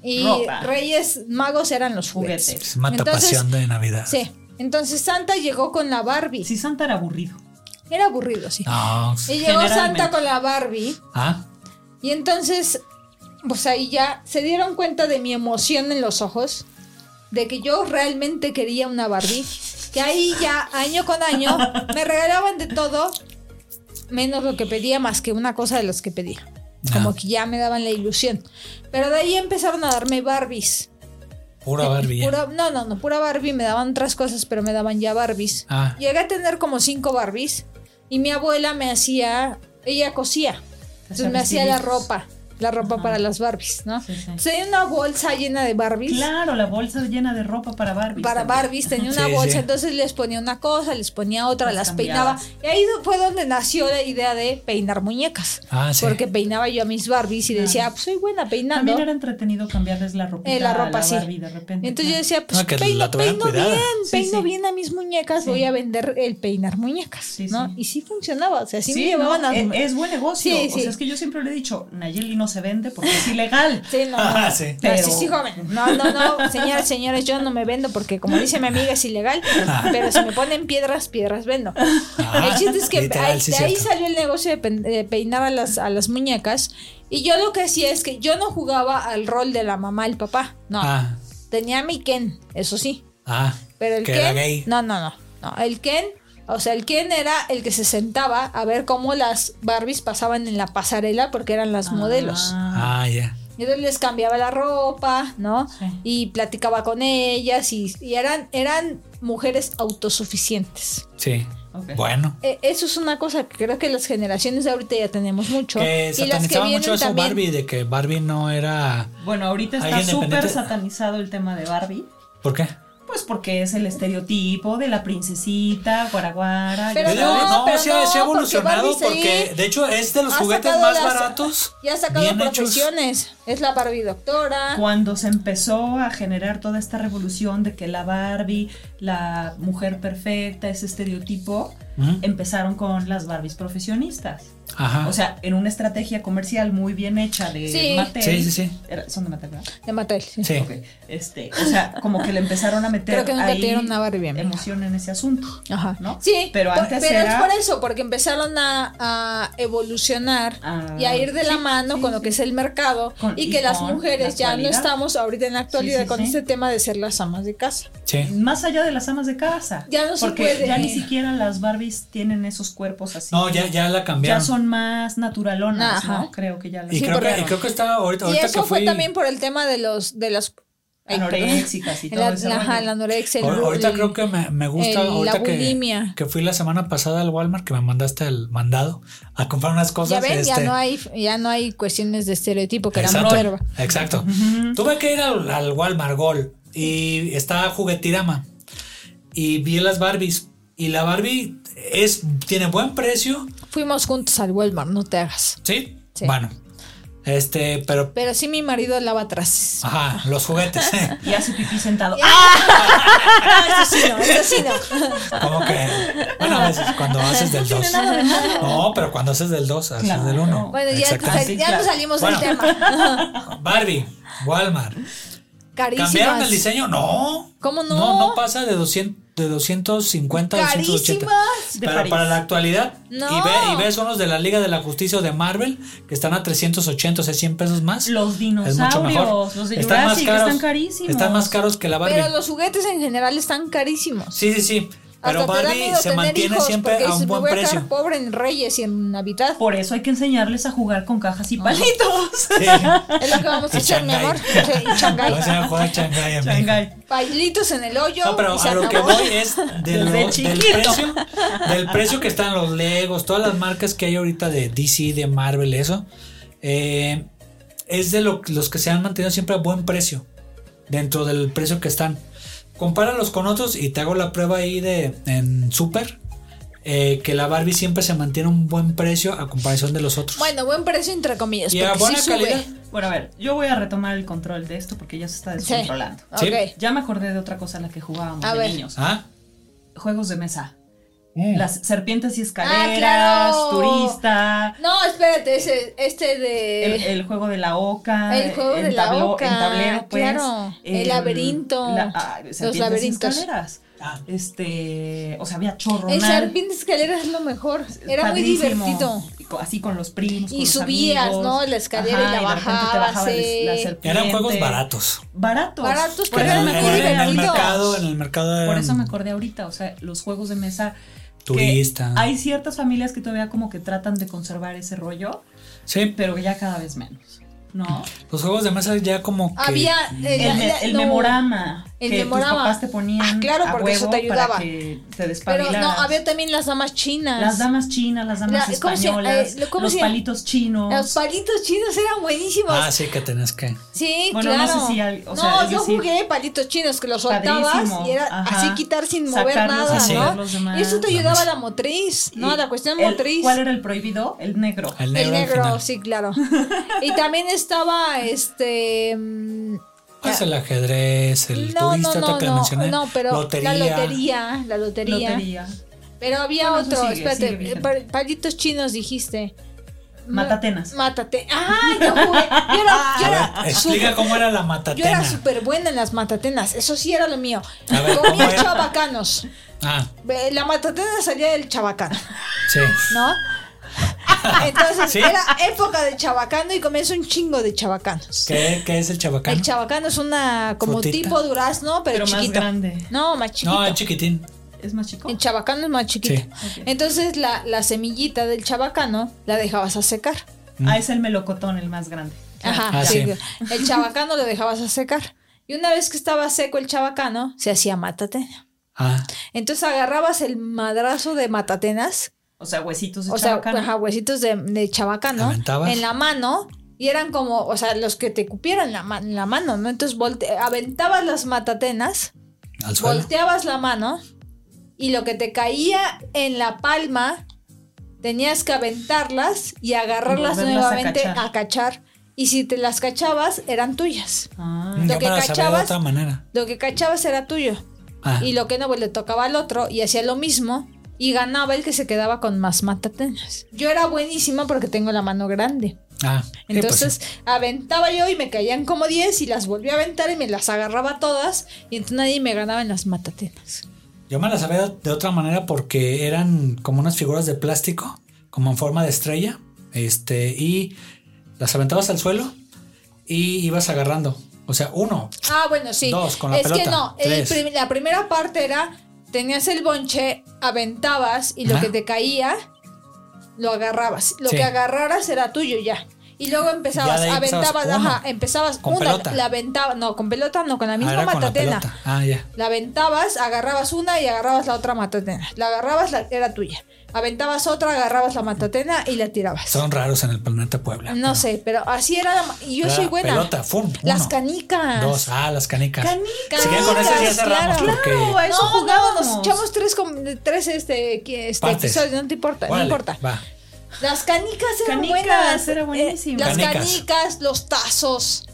D: Y
B: Ropa.
D: Reyes Magos eran los juguetes.
B: Juguetes.
A: Es mata
D: Entonces,
A: pasión de Navidad.
D: Sí. Entonces Santa llegó con la Barbie.
B: Si Santa era aburrido.
D: Era
A: Ah.
D: aburrido, sí.
A: No.
D: Y llegó
B: Generalmente.
D: Santa con la Barbie.
A: ¿Ah?
D: Y entonces pues ahí ya se dieron cuenta de mi emoción en los ojos, de que yo realmente quería una Barbie, que ahí ya año con año me regalaban de todo, menos lo que pedía, más que una cosa de los que pedía. Como que ya me daban la ilusión. Pero de ahí empezaron a darme Barbies.
A: Pura Barbie. ya.
D: Pura- no, no, no, pura Barbie. Me daban otras cosas, pero me daban ya Barbies.
A: Ah.
D: Llegué a tener como cinco Barbies. Y mi abuela me hacía, ella cosía. Entonces me hacía la
B: vestiditos.
D: ropa, la ropa para las Barbies, ¿no?
B: Sí, sí.
D: Entonces, Tenía una bolsa llena de Barbies.
B: Claro, la bolsa llena de ropa para Barbie.
D: Para Barbies tenía una
A: Sí,
D: bolsa,
A: sí.
D: entonces les ponía una cosa, les ponía otra,
B: Las
D: las
B: cambiabas.
D: peinaba. Y ahí fue donde nació la idea de peinar muñecas.
A: Ah, sí.
D: Porque peinaba yo a mis Barbies y
B: Claro.
D: decía, pues soy buena peinando.
B: También era entretenido cambiarles la ropita
D: Eh, la
B: a
D: ropa,
B: la
D: sí.
B: Barbie de repente.
D: Entonces yo
B: claro.
D: decía, pues
A: Ah, que
D: peino,
A: la tuvieran
D: peino
A: cuidada.
D: bien,
B: Sí,
D: peino
B: sí.
D: bien a mis muñecas,
B: Sí.
D: voy a vender el peinar muñecas,
B: Sí,
D: ¿no?
B: sí.
D: Y sí funcionaba, o sea, sí, me
B: no,
D: llevaban a...
B: e- es, buen negocio.
D: Sí,
B: O
D: sí.
B: sea, es que yo siempre le he dicho, Nayeli no se vende porque es ilegal.
D: Sí, no, no,
A: Ah,
D: no.
A: sí.
D: Pero sí,
B: Pero-
D: sí, joven. No, no, no, señores, señores, yo no me vendo porque como dice mi amiga es ilegal, pero si me ponen piedras, piedras vendo.
A: Ah,
D: el chiste es que
A: literal,
D: ahí-
A: sí,
D: de ahí
A: cierto.
D: salió el negocio de, pen- de peinar a las, a las muñecas y yo lo que hacía es que yo no jugaba al rol de la mamá, el papá, no.
A: Ah,
D: Tenía mi Ken, eso sí.
A: ah.
D: Pero el
A: que
D: Ken.
A: era gay.
D: No, no, no, no. El Ken. O sea, el Ken era el que se sentaba a ver cómo las Barbies pasaban en la pasarela porque eran las modelos.
B: Ah,
A: Ah, ya.
D: Y entonces les cambiaba la ropa, ¿no?
B: Sí.
D: Y platicaba con ellas y, y eran, eran mujeres autosuficientes.
A: Sí.
B: ok.
A: Bueno.
D: Eh, eso es una cosa que creo que las generaciones de ahorita ya tenemos mucho.
A: Que
D: y las que
A: satanizaba
D: vienen
A: mucho eso
D: también.
A: Barbie, de que Barbie no era.
B: Bueno, ahorita está
A: Alguien
B: súper
A: dependiente-
B: satanizado el tema de Barbie.
A: ¿Por qué?
B: Pues porque es el estereotipo de la princesita, guaraguara.
D: Pero
B: ya
A: Yo digo,
B: sabes.
D: no, pero
A: sí ha- sí ha
D: no, porque
A: evolucionado
D: Barbie sí.
A: porque, de hecho, es de los
D: Ha
A: juguetes
D: sacado
A: más
D: las-
A: baratos.
D: Ya ha sacado
A: bien hechos.
D: profesiones. Es la Barbie doctora.
B: Cuando se empezó a generar toda esta revolución de que la Barbie, la mujer perfecta, ese estereotipo,
A: Ujú. Ah.
B: empezaron con las Barbies profesionistas.
A: ¿Mm? Ajá.
B: O sea, en una estrategia comercial muy bien hecha de
D: Sí.
B: Mattel.
A: Sí, sí, sí.
B: Era- son de Mattel, ¿verdad?
D: De Mattel. sí.
A: sí.
B: Ok. Este, o sea, como que le empezaron a meter
D: Creo que nunca
B: ahí
D: tuvieron una Barbie, amiga.
B: emoción en ese asunto.
D: Ajá.
B: ¿no?
D: Sí,
B: Pero
D: por-
B: antes
D: pero
B: era-
D: es por eso, porque empezaron a, a evolucionar
B: Ah,
D: y a ir de la mano con lo que es el mercado
B: Con-
D: y
B: y
D: que las
B: con
D: mujeres
B: la
D: ya no
B: actualidad.
D: estamos ahorita en la actualidad
B: sí,
D: con
B: sí.
D: este tema de ser las amas de casa.
A: Sí.
B: Más allá de las amas de casa.
D: Ya no se
B: porque
D: puede.
B: ya ni siquiera las Barbies tienen esos cuerpos así.
A: No, ya, ya la
B: Ya
A: cambiaron.
B: son más naturalonas,
D: Ajá.
B: ¿no? Creo que ya las
A: y,
D: Sí,
A: creo que,
D: porque-
A: y creo que está ahorita,
D: y
A: ahorita
D: eso
A: que
D: fue
A: fui-
D: también por el tema de los de las ay, perdón.
B: anoréxicas y todo
D: la,
B: ese
D: la- ajá,
B: rollo.
D: la anorexia. el
A: Ahor-
D: bu-
A: ahorita
D: el-
A: creo que me, me gusta.
D: el- la
A: ahorita que,
D: bulimia.
A: que fui la semana pasada al Walmart, que me mandaste el mandado a comprar unas
D: ya
A: cosas.
D: ven, ya
A: este,
D: no hay ya no hay cuestiones de estereotipo que eran
A: Exacto.
D: verba.
A: Exacto. Tuve que ir al, al Walmart Gol y estaba Juguetirama y vi las Barbies. Y la Barbie es, tiene buen precio.
D: Fuimos juntos al Walmart, no te hagas.
A: Sí.
D: Sí.
A: Bueno, este, pero.
D: Pero sí mi marido lava atrás.
A: Ajá, los juguetes.
B: Y hace pipí sentado.
D: Eso sí no, eso sí no.
A: Como que. Bueno, a veces cuando haces del 2. No, pero cuando haces del 2, haces
B: Claro.
A: del 1.
D: Bueno, ya,
A: Exactamente.
D: sal- ya nos salimos
A: Bueno.
D: del tema.
A: Barbie, Walmart. ¿Cambiaron el
D: Carísimas.
A: diseño? No.
D: ¿Cómo no?
A: No, no pasa de, 200, de 250 a 280.
D: Carísimas.
B: De
A: Pero
B: París.
A: para la actualidad,
D: No.
A: y, ve- y ves unos de la Liga de la Justicia o de Marvel que están a 380, o sea, 100 pesos más.
B: Los
A: Es mucho mejor.
B: dinosaurios, los de Jurassic, están carísimos.
A: Están más caros que la Barbie.
D: Pero los juguetes en general están carísimos.
A: Sí, sí, sí. Pero
D: Hasta te da
A: Barbie
D: miedo
A: se
D: tener
A: mantiene
D: hijos,
A: siempre
D: porque
A: a un
D: dices,
A: buen
D: me voy a quedar
A: precio.
D: pobre en Reyes y en Navidad.
B: Por eso hay que enseñarles a jugar con cajas y palitos.
A: Sí.
D: Es lo que vamos a
A: Y
D: hacer, Pues mi
A: Shanghai.
D: amor. Sí, y Shanghai.
A: Vamos a jugar Shanghai, amigo.
B: Shanghai.
D: Palitos en el hoyo.
A: No, pero
D: y se
A: a lo que
D: acabó.
A: voy es de lo-
B: Desde
A: del,
B: chiquito.
A: precio, del precio que están los Legos, todas las marcas que hay ahorita de DC, de Marvel, eso. eh, es de lo- los que se han mantenido siempre a buen precio, dentro del precio que están. Compáralos con otros y te hago la prueba ahí de en Super. eh, que la Barbie siempre se mantiene a un buen precio a comparación de los otros.
D: Bueno, buen precio entre comillas.
A: y a
D: porque
A: buena
D: sí sube.
A: calidad.
B: Bueno, a ver, yo voy a retomar el control de esto porque ya se está
D: Sí.
B: descontrolando.
A: Sí.
D: Ok.
B: Ya me acordé de otra cosa a la que jugábamos
D: A
B: de
D: ver.
B: niños.
A: Ah,
B: Juegos de mesa.
A: Mm.
B: Las serpientes y escaleras,
D: Ah, claro.
B: turista,
D: No, espérate, ese, este de.
B: el, el juego de la oca,
D: El juego de la oca,
B: en tablero, pues,
D: claro. El laberinto.
B: ah,
D: Los
B: serpientes
D: laberintos.
B: y escaleras.
A: Ah.
B: Este, o sea, había
D: El
B: chorronal.
D: serpiente escalera es lo mejor. Era muy
B: Padrísimo.
D: divertido.
B: co- así con los primos.
D: Y
B: con los
D: subías,
B: amigos.
D: ¿no? La escalera y la
B: de repente te
D: bajabas,
B: bajaba
D: sí.
B: la
D: Eran
B: serpiente.
A: Eran juegos baratos.
B: Baratos.
D: Baratos,
B: Por
A: En
D: pero
B: eso
A: el,
B: me
D: eran
B: acordé
D: muy
A: en- en el
B: ahorita.
D: divertidos.
A: mercado, en el mercado
B: Por eso
A: eran
B: me acordé ahorita, o sea, los juegos de mesa. que
A: turista.
B: Hay ciertas familias que todavía como que tratan de conservar ese rollo,
A: Sí,
B: pero ya cada vez menos, ¿no?
A: los juegos de mesa ya como que
D: Había eh,
B: El,
D: la-
B: me-
D: la-
B: el
D: no,
B: memorama
D: El
B: que
D: memorama.
B: tus papás te ponían
D: Ah, claro,
B: a
D: porque eso
B: huevo
D: te ayudaba.
B: para que te
D: Pero
B: despabilaras.
D: no, había también las damas chinas.
B: las damas chinas, las damas
D: La- ¿cómo se-
B: españolas,
D: eh, cómo
B: los
D: se-
B: palitos chinos.
D: Los palitos chinos eran buenísimos.
A: Ah, sí, que tenés que.
D: Sí,
B: Bueno, no
D: claro.
B: sé si al- o
D: No,
B: sea, es
D: yo
B: decir-
D: jugué palitos chinos que los soltabas
B: Padrísimo,
D: y era
B: ajá.
D: así quitar sin mover
B: Sacarlos,
D: nada,
A: así.
D: ¿no?
B: los demás.
D: Y eso te ayudaba a la motriz, ¿no? A la cuestión
B: El-
D: motriz.
B: ¿Cuál era el prohibido? El negro.
A: El negro.
D: El
A: al
D: negro,
A: final.
D: sí, claro. y también estaba este. mm,
A: Pues el ajedrez, el
D: no, no,
A: turista,
D: no,
A: no, que le
D: no,
A: mencioné.
D: no, pero
A: lotería.
D: la lotería, la lotería.
B: Lotería.
D: Pero había
B: Bueno, eso
D: otro,
B: sigue,
D: espérate,
B: sigue vigente.
D: eh, pal- palitos chinos dijiste.
B: Matatenas.
D: Mátate. Ah, yo jugué. Yo era, yo
A: A
D: era
A: ver, explica
D: súper-
A: cómo era la
D: yo era
A: matatena.
D: súper buena en las matatenas, eso sí era lo mío.
A: A ver, ¿cómo
D: Comía
A: era?
D: chabacanos.
A: ah,
D: Ve, La matatena salía del chabacano,
A: sí.
D: ¿no? Entonces
A: ¿Sí?
D: era época de chabacano y comienza un chingo de chabacanos.
A: ¿Qué, qué es el chabacán?
D: El chabacano es una como
A: Frutita.
D: tipo durazno, pero,
B: Pero más
D: chiquito.
B: grande.
D: No, más chiquito.
A: no, el chiquitín.
B: ¿Es más chico?
D: El chabacano es más chiquito.
B: Ok.
D: Entonces la, la semillita del chabacano la dejabas a secar.
B: Ah, es el melocotón, el más grande.
D: Ajá,
A: Ah,
D: sí.
A: sí.
D: El chabacano lo dejabas a secar. Y una vez que estaba seco el chabacano, se hacía matatena.
A: Ah,
D: Entonces agarrabas el madrazo de matatenas,
B: O sea, huesitos de
D: o sea,
B: chabacano.
D: ajá, huesitos de, de chabacano
A: ¿Aventabas?
D: en la mano. Y eran como, o sea, los que te cupieran la, ma- en la mano, ¿no? Entonces volte- aventabas las matatenas,
A: al suelo.
D: volteabas la mano y lo que te caía en la palma, tenías que aventarlas y agarrarlas
B: Volverlas a
D: nuevamente
B: cachar.
D: a cachar. Y si te las cachabas, eran tuyas.
B: Ah.
A: Mm,
D: lo
A: Yo
D: que
A: me la sabía de
D: cachabas-
A: otra manera.
D: Lo que cachabas era tuyo.
A: Ah,
D: Y lo que no, pues le tocaba al otro y hacía lo mismo. Y ganaba el que se quedaba con más matatenas. Yo era buenísima porque tengo la mano grande.
A: ah, sí, pues
D: Entonces
A: sí.
D: aventaba yo y me caían como 10 y las volví a aventar y me las agarraba todas. Y entonces nadie me ganaba en las matatenas.
A: Yo me la sabía de otra manera porque eran como unas figuras de plástico, como en forma de estrella. Este, y las aventabas al suelo y ibas agarrando. O sea, uno.
D: Ah, bueno, sí.
A: Dos, con la
D: es que
A: pelota.
D: no, el
A: Tres.
D: prim- la primera parte era, tenías el bonche, aventabas y lo
A: Ajá.
D: que te caía, lo agarrabas. Lo
A: Sí.
D: que agarraras era tuyo ya. Y luego empezabas,
A: Ya de ahí empezabas
D: aventabas,
A: uno.
D: ajá, empezabas
A: Con
D: una,
A: pelota.
D: la aventabas, no, con pelota no, con la misma
A: Ahora con la
D: matatena.
A: pelota. Ah, ya.
D: La aventabas, agarrabas una y agarrabas la otra matatena. La agarrabas, la, era tuya. Aventabas otra, agarrabas la matatena y la tirabas.
A: Son raros en el planeta Puebla.
D: no sé, pero así era. la ma- Y yo
A: Era
D: soy buena.
A: Pelota, fum, uno,
D: Las canicas.
A: Dos. Ah, las canicas.
D: Canicas,
A: Si quieren con esas ya cerramos
D: claro.
A: porque.
B: Claro, a eso
D: no,
B: jugábamos.
D: No, nos echamos tres, com- tres este, que- este
A: Partes.
D: episodios, no te importa,
A: Órale,
D: no importa.
A: Va.
D: Las canicas eran
B: Canicas,
D: buenas. eh,
B: era buenísimo.
D: las
A: Canicas.
D: canicas, los tazos.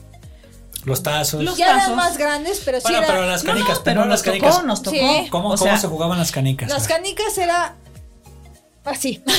A: Los tazos.
B: Los-
D: ya
B: tazos.
D: eran más grandes, pero
A: bueno,
D: sí
A: pero
D: era,
A: las
B: No, no,
A: canicas,
B: pero
A: pero las
B: nos
A: canicas.
B: tocó, nos tocó.
D: Sí.
A: ¿Cómo,
B: O
A: cómo
B: sea,
A: se jugaban las canicas?
D: Las
A: A ver.
D: canicas era así.
A: No,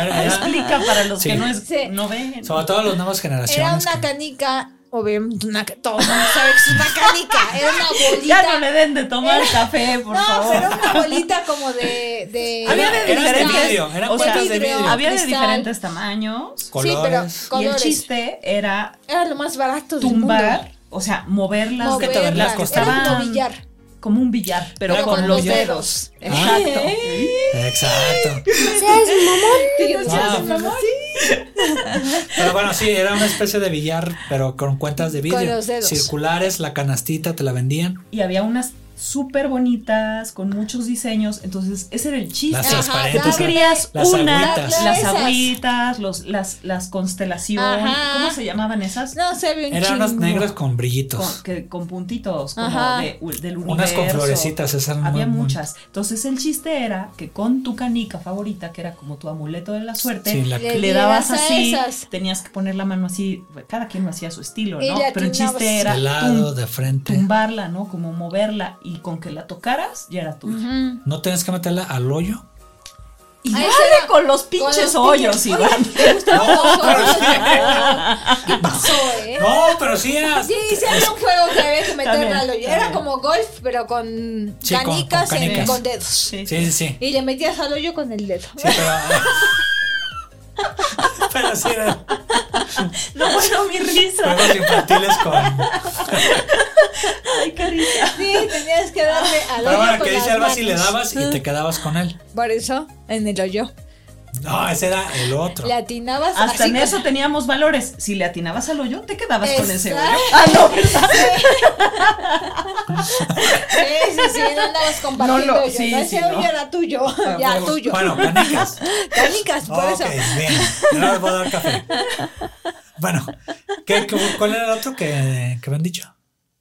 A: era- era-
B: Explica para los
A: Sí.
B: que no, es,
D: Sí.
B: no ven.
A: sobre todo las nuevas
D: Era
A: generaciones.
D: una
A: que-
D: canica, obviamente una, todos saben que es una canica, era una bolita.
B: Ya no le den de tomar café, por
D: no,
B: favor.
D: pero una bolita como de, de
B: Había de
A: Eran de
B: diferentes,
A: vidrio, eran
B: o sea,
A: cuentas de vidrio.
B: había de
D: cristal.
B: diferentes tamaños.
A: colores.
D: Sí, pero
B: Y el
D: colores.
B: chiste era
D: era lo más barato del mundo.
B: tumbar, o sea, moverlas,
A: Es que te
D: Moverlas,
A: las
D: era
A: costaban-
D: como billar.
B: como un billar, pero,
A: Era
B: con,
A: como
B: los
A: un billar.
B: dedos.
A: Ah.
B: Exacto.
A: Exacto. Ah, Pero bueno, sí, era una especie de billar, pero con cuentas de vidrio.
D: los dedos.
A: Circulares, la canastita te la vendían.
B: Y había unas súper bonitas, con muchos diseños. Entonces, ese era el chiste.
A: Las
D: Ajá,
B: Tú
A: transparentes.
D: claro.
A: ¿no?
B: querías
A: Las
B: una,
A: agüitas.
B: las
D: Esas.
B: agüitas, los, las, las constelaciones.
D: Ajá.
B: ¿Cómo se llamaban esas?
D: No, se ve un
A: Eran unas
D: chingo.
A: negras con brillitos.
B: Con, que- con puntitos como
D: Ajá.
B: de, u- del
A: Unas
B: universo.
A: con florecitas, esas eran
B: Había
A: muy- muy-
B: muchas. Entonces el chiste era que con tu canica favorita, que era como tu amuleto de la suerte,
A: Sí, la-
B: le,
D: Le
B: dabas
D: dieras Eh, a
B: así,
D: esas.
B: tenías que poner la mano así, cada quien lo hacía a su estilo,
D: Y
B: ¿no?
D: le
B: Pero el
D: atinabas.
B: chiste era
A: de lado,
B: tum-
A: de frente.
B: tumbarla, ¿no? Como moverla y con que la tocaras ya era tuya.
D: Ujú.
A: No tenías que meterla al hoyo.
B: Y
D: Ah,
B: dale
D: esa era-
B: con los
D: Con los
B: pinches hoyos,
D: pinches-
B: Iván.
D: Oye, ¿te gustan los
A: Oh,
D: hoyos? ¿Qué pasó, eh?
A: No, pero sí era.
D: Sí, sí, era un juego que había que meterle
B: También,
D: al hoyo. Era
B: también.
D: como golf, pero con
A: Sí, con- con
D: canicas, en-
A: canicas.
D: con dedos.
B: Sí.
A: Sí, sí, sí.
D: Y le metías al hoyo con el dedo.
A: Sí, pero, Pero sí eran
B: No, bueno, mi risa.
A: juegos infantiles con.
B: Ay, carita.
D: Sí, tenías que darle al
A: Pero
D: hoyo
A: bueno,
D: con
A: que dice
D: las
A: algo así, le
D: manos.
A: dabas y te quedabas con él.
D: Por eso, en el hoyo.
A: No, ese era el otro.
D: Le atinabas
B: Hasta
D: así
B: en
D: como-
B: eso teníamos valores. Si le atinabas al hoyo, te quedabas con ese hoyo.
D: Exacto.
B: Ah, no, ¿verdad?
D: Sí, sí, sí, no andabas compartiendo
B: No, no,
D: yo,
B: sí,
D: ¿no?
B: sí,
D: Ese
B: no.
D: hoyo era tuyo,
B: Ah,
D: ya
B: huevos.
D: tuyo.
A: Bueno, canicas.
D: Canicas, por
A: Ok,
D: eso.
A: bien. Yo no les voy a dar café. Bueno, ¿qué, qué- cuál era el otro que, que me han dicho?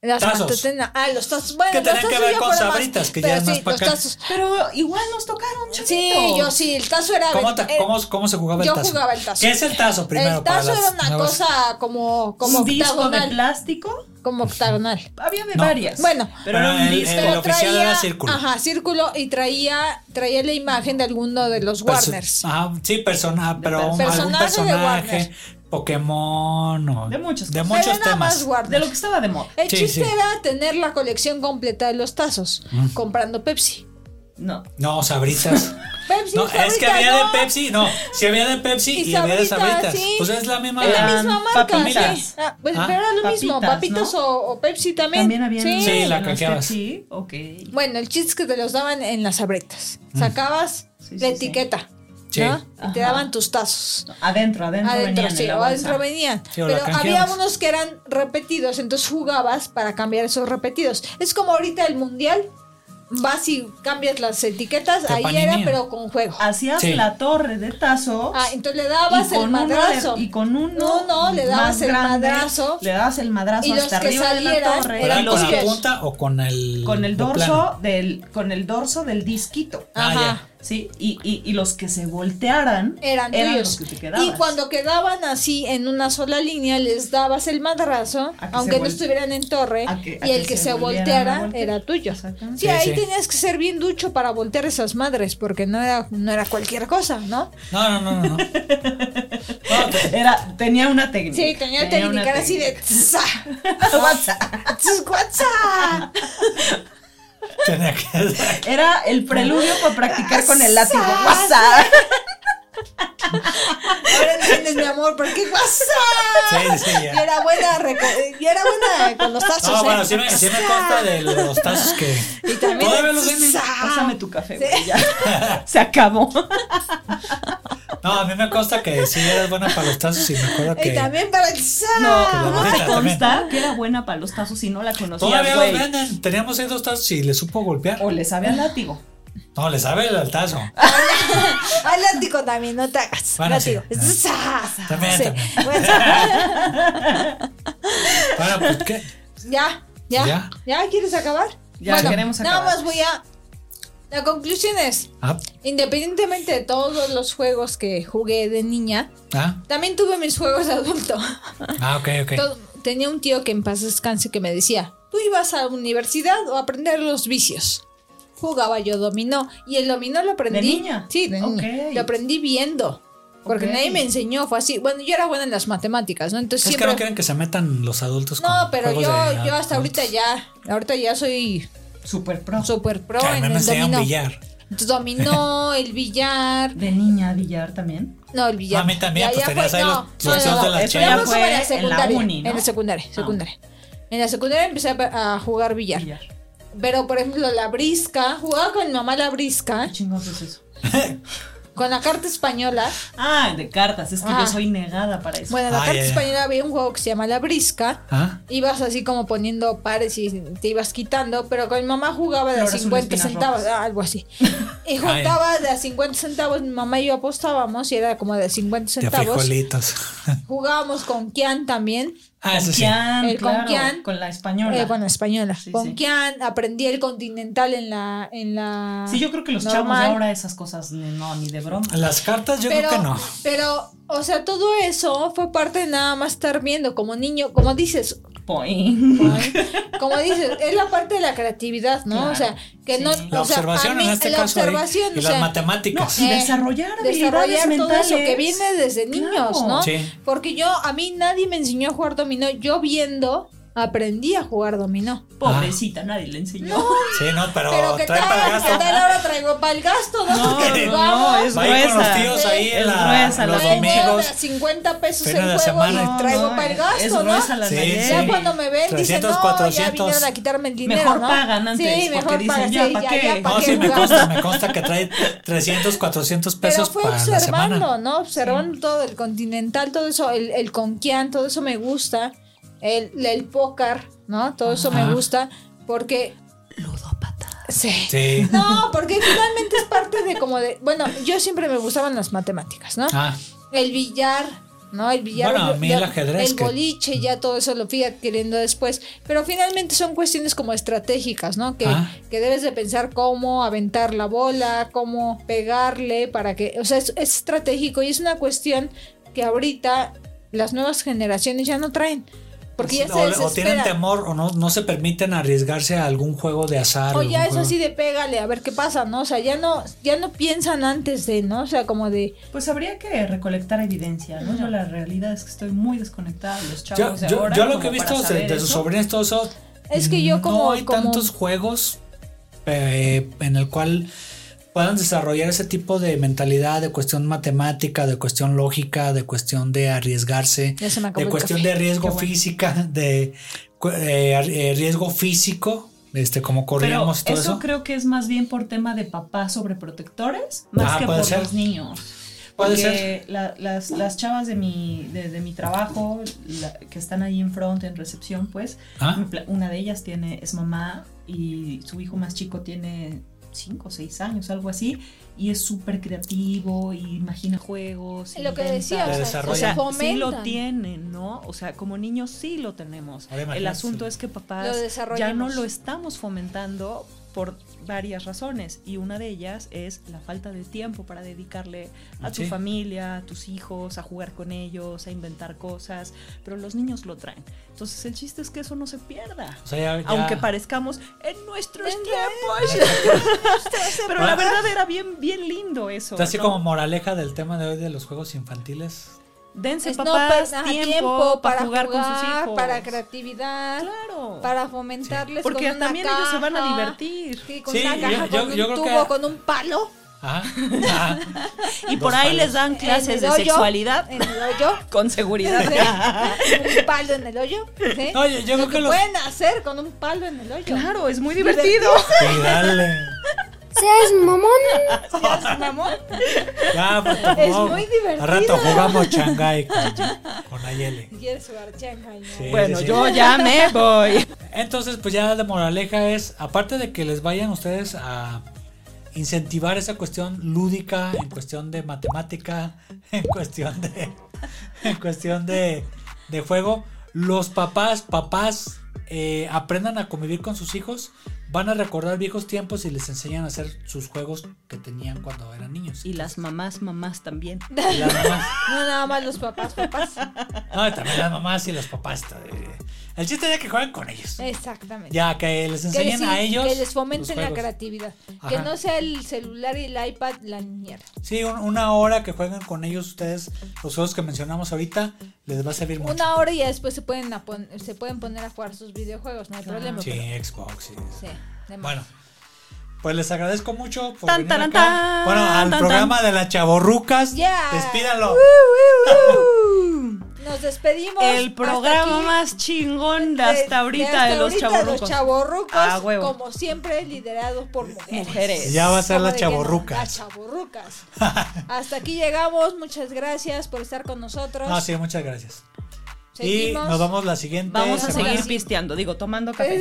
D: Las
A: Tazos.
D: mantotena- Ah, los tazos. Bueno,
A: Que
D: los
A: tenían que
D: tazos
A: ver
D: ya
A: con
D: fueron más-
A: sabritas, que ya
D: pero
A: es más
D: sí,
A: pa'
D: los
A: acá.
D: tazos.
B: Pero igual nos tocaron, chavito.
D: Sí, yo sí, el tazo era.
A: ¿Cómo, te-
D: eh,
A: cómo, cómo se jugaba el
D: yo
A: tazo?
D: jugaba el tazo.
A: ¿Qué es el tazo primero?
D: el tazo
A: para
D: era
A: las
D: una
A: nuevas?
D: cosa como, como
B: un disco de
D: octagonal.
B: plástico.
D: Como octagonal.
B: Había de
A: No.
B: varias.
D: Bueno.
B: pero era un
A: Pero el-
B: disco.
A: el- oficial era círculo.
D: Ajá, círculo y traía, traía la imagen de alguno de los
A: Perso-
D: Warners.
A: Ajá, sí, persona, pero algún
D: Personaje de
A: personaje,
D: Warner.
A: Pokémon o
B: De muchos
A: de
B: cosas.
A: muchos
D: Pero nada más
A: temas.
D: Warner.
B: De lo que estaba de moda.
D: El
A: Sí,
D: chiste
A: sí. Mm.
D: era tener la colección completa de los tazos, comprando Pepsi.
B: No.
A: No, sabritas.
D: Pepsi,
A: no, es que
D: Sabritas,
A: había
D: no.
A: de Pepsi, no, si había de Pepsi y,
D: Y
A: había de
D: Sabritas,
A: sabritas.
D: sí.
A: Pues es la misma.
D: Es la
B: Eran
D: misma marca,
B: papitas.
D: sí. Ah, pues,
A: Ah.
D: pero era lo mismo,
B: Papitas,
D: papitas
B: ¿no?
D: o, o Pepsi también.
B: También había.
D: Sí.
A: Sí, la
B: los
A: canjeabas.
B: Pepsi, ok.
D: Bueno, el chiste es que te los daban en las abretas. Sacabas
B: Sí, sí,
D: la
B: sí.
D: etiqueta,
A: Mm. Sí.
D: ¿no? Y
B: Ajá.
D: te daban tus tazos.
B: Adentro, adentro,
D: Adentro,
B: venían en
D: sí,
B: la
D: o
B: bolsa.
D: adentro venían.
A: Sí, o la
D: Pero había
A: canjeabas.
D: unos que eran repetidos, entonces jugabas para cambiar esos repetidos. Es como ahorita el mundial, vas y cambias las etiquetas,
A: De
D: ahí
A: Panini.
D: era, pero con juego.
B: Hacías
A: Sí.
B: la torre de tazos.
D: Ah, entonces le dabas el
B: uno le-
D: madrazo.
B: y con uno
D: No, no, le dabas
B: más
D: el
B: grande,
D: madrazo.
B: Le dabas el madrazo
D: Y los
B: hasta
D: que
B: arriba de la
D: salieran
B: torre.
A: ¿Era
D: eran
B: y
A: con
B: los
D: los
A: la
D: que-
A: punta o con el
B: con el
A: lo
B: dorso
A: plano?
B: del con el dorso del disquito
A: Ah,
D: Ajá.
A: ya.
B: sí y, y, y los que se voltearan
D: eran, tuyos.
B: los que te quedaban
D: y cuando quedaban así en una sola línea, les dabas el madrazo,
B: A que
D: aunque
B: se
D: no
B: vol-
D: estuvieran en torre,
B: a que- a
D: y
B: que
D: el que
B: se
D: se
B: volvieran a
D: volteara
B: voltear.
D: era tuyo.
B: Exactamente.
D: Sí,
A: Sí,
D: ahí
A: sí.
D: tenías que ser bien ducho para voltear esas madres, porque no era, no era cualquier cosa, ¿no?
A: No, no, no, no. no. No, te-
B: era tenía una técnica
D: Sí, tenía, técnica, era así de tsa,
B: Guacha.
D: tss, guatsa.
A: tenía que
B: era el preludio para practicar con el látigo
D: Sa-
B: guasa.
D: Ahora entiendes, mi amor, ¿por qué guasa?
A: Sí, sí, ya.
D: Yo era buena, reco- yo era buena con los tazos.
A: No,
D: ¿eh?
A: bueno, sí me, sí me consta de los tazos que
D: Y también
A: todavía los venden.
D: tsa.
B: pásame tu café güey, ya. se acabó
D: Ah.
A: No, a mí me consta que sí eres buena para los tazos y me acuerdo que
D: Y también para el tsa.
A: la
B: no no
A: bonita
B: te
A: también.
B: consta que era buena para los tazos y no la conocías
A: todavía los
B: güey
A: venden. Teníamos ahí dos tazos y le supo golpear.
B: o le sabía al látigo
A: No, le sabe el tazo.
D: Al látigo también, no te hagas.
A: Bueno,
D: látigo.
A: sí. Ah.
D: Za, za,
A: También,
D: sí.
A: también.
D: Bueno, za.
A: Bueno, pues qué.
D: ya, ya,
A: Ya.
D: ya. quieres acabar?
B: Ya, queremos acabar.
D: Nada más voy a. La conclusión es:
A: Ah,
D: independientemente de todos los juegos que jugué de niña,
A: ah,
D: también tuve mis juegos de adulto.
A: ah, ok, ok.
D: Todo- tenía un tío que en paz descanse que me decía: tú ibas a la universidad o a aprender los vicios. Jugaba yo dominó y el dominó lo aprendí.
B: niña?
D: Sí, de niña.
B: Ok.
D: Lo aprendí viendo. Porque
B: Ok.
D: nadie me enseñó, fue así. Bueno, yo era buena en las matemáticas, ¿no?
A: Es
D: Entonces
A: que
D: siempre.
A: no quieren que se metan los adultos con
D: No, pero yo,
A: juegos de-
D: yo hasta ahorita ya, ahorita ya soy
B: super pro
D: super pro
A: Que a mí
D: en
A: me
D: el
A: enseñan
D: dominó.
A: billar.
D: Dominó, el billar,
B: de niña billar también
D: no, el billar.
A: A mí también, pues tenías ahí los- los
B: tíos de las
D: eso ya
B: chelas.
D: fue en la
B: en la
D: secundaria. En la,
B: uni, ¿no?
D: secundaria,
B: Ah.
D: secundaria. En la secundaria empecé a, a jugar billar.
B: billar
D: Pero, por ejemplo, la brisca, jugaba con mi mamá la brisca,
B: qué chingados es eso
D: con la carta española.
B: Ah, de cartas, es que
D: Ajá.
B: yo soy negada para eso.
D: Bueno, la
A: Ah,
D: carta
A: ya, ya.
D: española había un juego que se llama la brisca.
A: Ah,
D: ibas así como poniendo pares y te ibas quitando, pero con mi mamá jugaba de a
B: Flores azules,
D: 50
B: espinas
D: centavos,
B: rojas.
D: ah, algo así. Y juntaba de a 50 centavos, mi mamá y yo apostábamos y era como de 50
A: de
D: centavos.
A: frijolitos.
D: Jugábamos con Kian también,
A: Ah, eso sí.
B: Kian,
D: El
B: claro,
D: conquian.
B: con la española.
D: eh, bueno, española.
B: Sí,
D: con
B: sí.
D: Kian aprendí el continental en la... En la
B: sí, yo creo que los chavos de
D: normal.
B: ahora esas cosas ni- no, ni de broma.
A: Las cartas yo
D: Pero,
A: creo que no.
D: pero, o sea, todo eso fue parte de nada más estar viendo como niño, como dices,
A: Ah.
B: Poing.
D: como dices, es la parte de la creatividad, ¿no?
B: Claro,
D: o sea, que
B: sí.
D: no...
A: La
D: o sea, a
A: observación
D: mí-
A: en este
D: la
A: caso. ahí,
D: observación,
A: y
D: o
A: las
D: sea,
B: No,
A: matemáticas.
B: y
D: Eh,
B: desarrollar habilidades
D: desarrollar todo
B: mentales.
D: eso que viene desde
B: Claro.
D: niños, ¿no?
A: Sí.
D: Porque yo, a mí nadie me enseñó a jugar dominó, yo viendo aprendí a jugar dominó.
B: Pobrecita, nadie le enseñó.
A: Sí, no, pero,
D: Pero que
A: trae para el
D: tal,
A: gasto.
D: que tal ahora traigo para el gasto, ¿no?
B: No,
D: Porque
B: no,
D: vamos,
B: es
A: Va a ir con los
B: gruesa.
A: tíos ahí en
B: Es
A: la-
B: gruesa
A: los
B: la leche.
D: Dinero de
A: domingos.
D: a 50 pesos
A: Fin de
D: en juego
A: semana.
D: y traigo para el gasto,
B: eh, es
D: ¿no?
B: gruesa la
A: Sí,
B: nariz.
A: sí.
D: Ya cuando me ven, dicen,
A: 300,
D: no,
A: 400.
D: ya vinieron a quitarme el dinero,
B: Mejor
D: ¿no?
B: pagan antes,
D: sí,
B: porque
D: mejor
B: dicen,
D: pagan,
B: ya,
D: sí,
B: ¿pa'
D: ya,
B: qué?
D: ya, ¿pa'
A: No,
D: qué
A: sí, me
D: jugamos?
A: consta, me consta que trae 300, 400
D: Pero
A: pesos
D: fue
A: para la
D: observando,
A: semana.
D: ¿no? Observando todo el continental, todo eso, el, el conquian, todo eso me gusta. El, el póker, ¿no? Todo eso
A: Ajá.
D: me gusta porque...
B: Ludópata.
D: Sí.
A: Sí.
D: No, porque finalmente es parte de como de... Bueno, yo siempre me gustaban las matemáticas, ¿no?
A: Ah,
D: El billar, ¿no? El billar.
A: Bueno, a mí
D: ya-
A: el ajedrez
D: El
A: que-
D: boliche, ya todo eso lo fui adquiriendo después. Pero finalmente son cuestiones como estratégicas, ¿no? Que,
A: Ah.
D: que debes de pensar cómo aventar la bola, cómo pegarle para que. O sea, es, es estratégico y es una cuestión que ahorita las nuevas generaciones ya no traen. Porque ya se
A: Pues o, o tienen
D: desesperan.
A: temor o no, no se permiten arriesgarse a algún juego de azar.
D: O
A: algún
D: ya es
A: juego.
D: así de pégale, a ver qué pasa, ¿no? O sea, ya no, ya no piensan antes de, ¿no? O sea, como de.
B: Pues habría que recolectar evidencia, ¿no? Yo la realidad es que estoy muy desconectada de los chavos
A: Yo,
B: de
A: yo-
B: ahora.
A: yo lo
B: como
A: que he visto
B: para
A: de,
B: saber
A: de sus
B: eso.
A: sobrinos, todos esos.
D: Es que yo como-
A: No hay
D: como-
A: tantos juegos eh, en el cual puedan desarrollar ese tipo de mentalidad, de cuestión matemática, de cuestión lógica, de cuestión de arriesgarse,
D: Ya se me acabó
A: de
D: el
A: cuestión
D: café.
A: de riesgo
B: Qué bueno.
A: física, de cu- eh, ar- eh, riesgo físico, este como
B: Pero
A: corríamos y
B: eso,
A: todo eso.
B: creo que es más bien por tema de papás sobreprotectores, más
A: Ah,
B: que
A: puede
B: por
A: ser.
B: los niños.
A: Puede
B: Porque la- las, las chavas de mi, de, de mi trabajo, la- que están ahí en front, en recepción, pues,
A: Ah.
B: mi pla- una de ellas tiene, es mamá y su hijo más chico tiene 5 o 6 años, algo así, y es súper creativo, y imagina juegos.
D: Lo que
B: inventa.
D: decía,
A: Le
D: o sea,
A: desarrollan.
D: se
B: sí lo
D: fomentan.
B: tienen, ¿no? O sea, como niños sí lo tenemos.
A: Ahora imagínate.
B: El asunto es que papás
D: Lo
B: ya no
D: desarrollemos.
B: lo estamos fomentando por varias razones y una de ellas es la falta de tiempo para dedicarle a tu
A: Sí.
B: familia, a tus hijos, a jugar con ellos, a inventar cosas, pero los niños lo traen. Entonces el chiste es que eso no se pierda.
A: O sea, ya- ya-
B: Aunque parezcamos en nuestros
D: En
B: tiempos. Pero la verdad era bien, bien lindo eso.
A: Está así
B: ¿no?
A: como moraleja del tema de hoy de los juegos infantiles.
B: Dense
D: Pues no,
B: papás
D: pa- ajá,
B: tiempo, para, jugar, con sus hijos.
D: Para creatividad,
B: Claro.
D: para fomentarles.
B: Porque
D: con una
B: también ellos se van a
D: caja,
B: divertir.
D: Sí, con
A: Sí,
D: una
A: yo-
D: caja,
A: yo-
D: con un
A: yo creo que-
D: tubo, con un palo.
A: Ajá. ajá.
B: Y
A: Dos
B: por ahí
A: palos.
B: les dan clases
D: el
B: de
D: hoyo,
B: sexualidad
D: En el hoyo.
B: con seguridad.
D: ¿sí? un palo en el hoyo. ¿sí?
A: No, yo- yo creo
D: Lo
A: que los-
D: pueden hacer con un palo en el hoyo.
B: Claro, es muy
D: Divertido.
B: divertido.
A: Y dale.
C: Seas mamón.
D: Gracias, mamón.
A: Ya, pues,
D: Es
A: no.
D: muy divertido.
A: Al rato jugamos Shanghai con, con Ayele.
D: Si quieres jugar Shanghai, ¿no?
A: Sí,
B: Bueno,
A: sí, sí.
B: yo ya me voy.
A: Entonces, pues ya de moraleja es, aparte de que les vayan ustedes a incentivar esa cuestión lúdica, en cuestión de matemática, en cuestión de, en cuestión de, de juego, los papás, papás, eh, aprendan a convivir con sus hijos, van a recordar viejos tiempos y les enseñan a hacer sus juegos que tenían cuando eran niños.
B: Y las mamás, mamás también.
A: Y las mamás.
D: No, nada más los papás, papás.
A: No, y también las mamás y los papás. eh, El chiste es que jueguen con ellos.
D: Exactamente.
A: Ya, que les
D: Eh, que,
A: enseñen
D: les-
A: a ellos.
D: que les fomenten
A: los
D: la
A: juegos.
D: creatividad. Que
A: Ajá.
D: no sea el celular y el iPad la niñera.
A: Sí, un- una hora que jueguen con ellos ustedes, los juegos que mencionamos ahorita, les va a servir mucho.
D: una hora y ya después se pueden, a pon- se pueden poner a jugar sus videojuegos, no hay problema.
A: Sí,
D: pero-
A: Xbox. sí.
D: sí, de más.
A: Ah. Bueno, pues les agradezco mucho por
B: Tan,
A: venir
B: taran,
A: acá.
B: tan,
A: Bueno, al
B: tan,
A: programa de las chavorrucas.
D: Yeah.
A: Despídalo.
D: Nos despedimos.
B: El
D: Hasta
B: programa
D: aquí. Eh,
B: más chingón
D: De-
B: de hasta ahorita de, los
D: ahorita de
B: chavorrucos.
D: los chavorrucos,
B: A huevo.
D: como siempre, liderados por mujeres.
B: Mujeres.
A: Ya va a ser
D: Como
A: las
D: de que no,
A: chavorrucas.
D: las chavorrucas. Hasta aquí llegamos. Muchas gracias por estar con nosotros.
A: No, Ah, sí, muchas gracias.
D: Seguimos.
A: Y nos vamos la siguiente
B: Vamos a
A: semana.
B: seguir pisteando, digo, tomando café.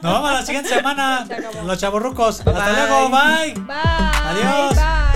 A: Nos vamos la siguiente semana.
D: Se acabó.
A: Los chavorrucos. Hasta
B: Bye.
A: luego, bye.
D: Bye.
A: Adiós.
D: Bye.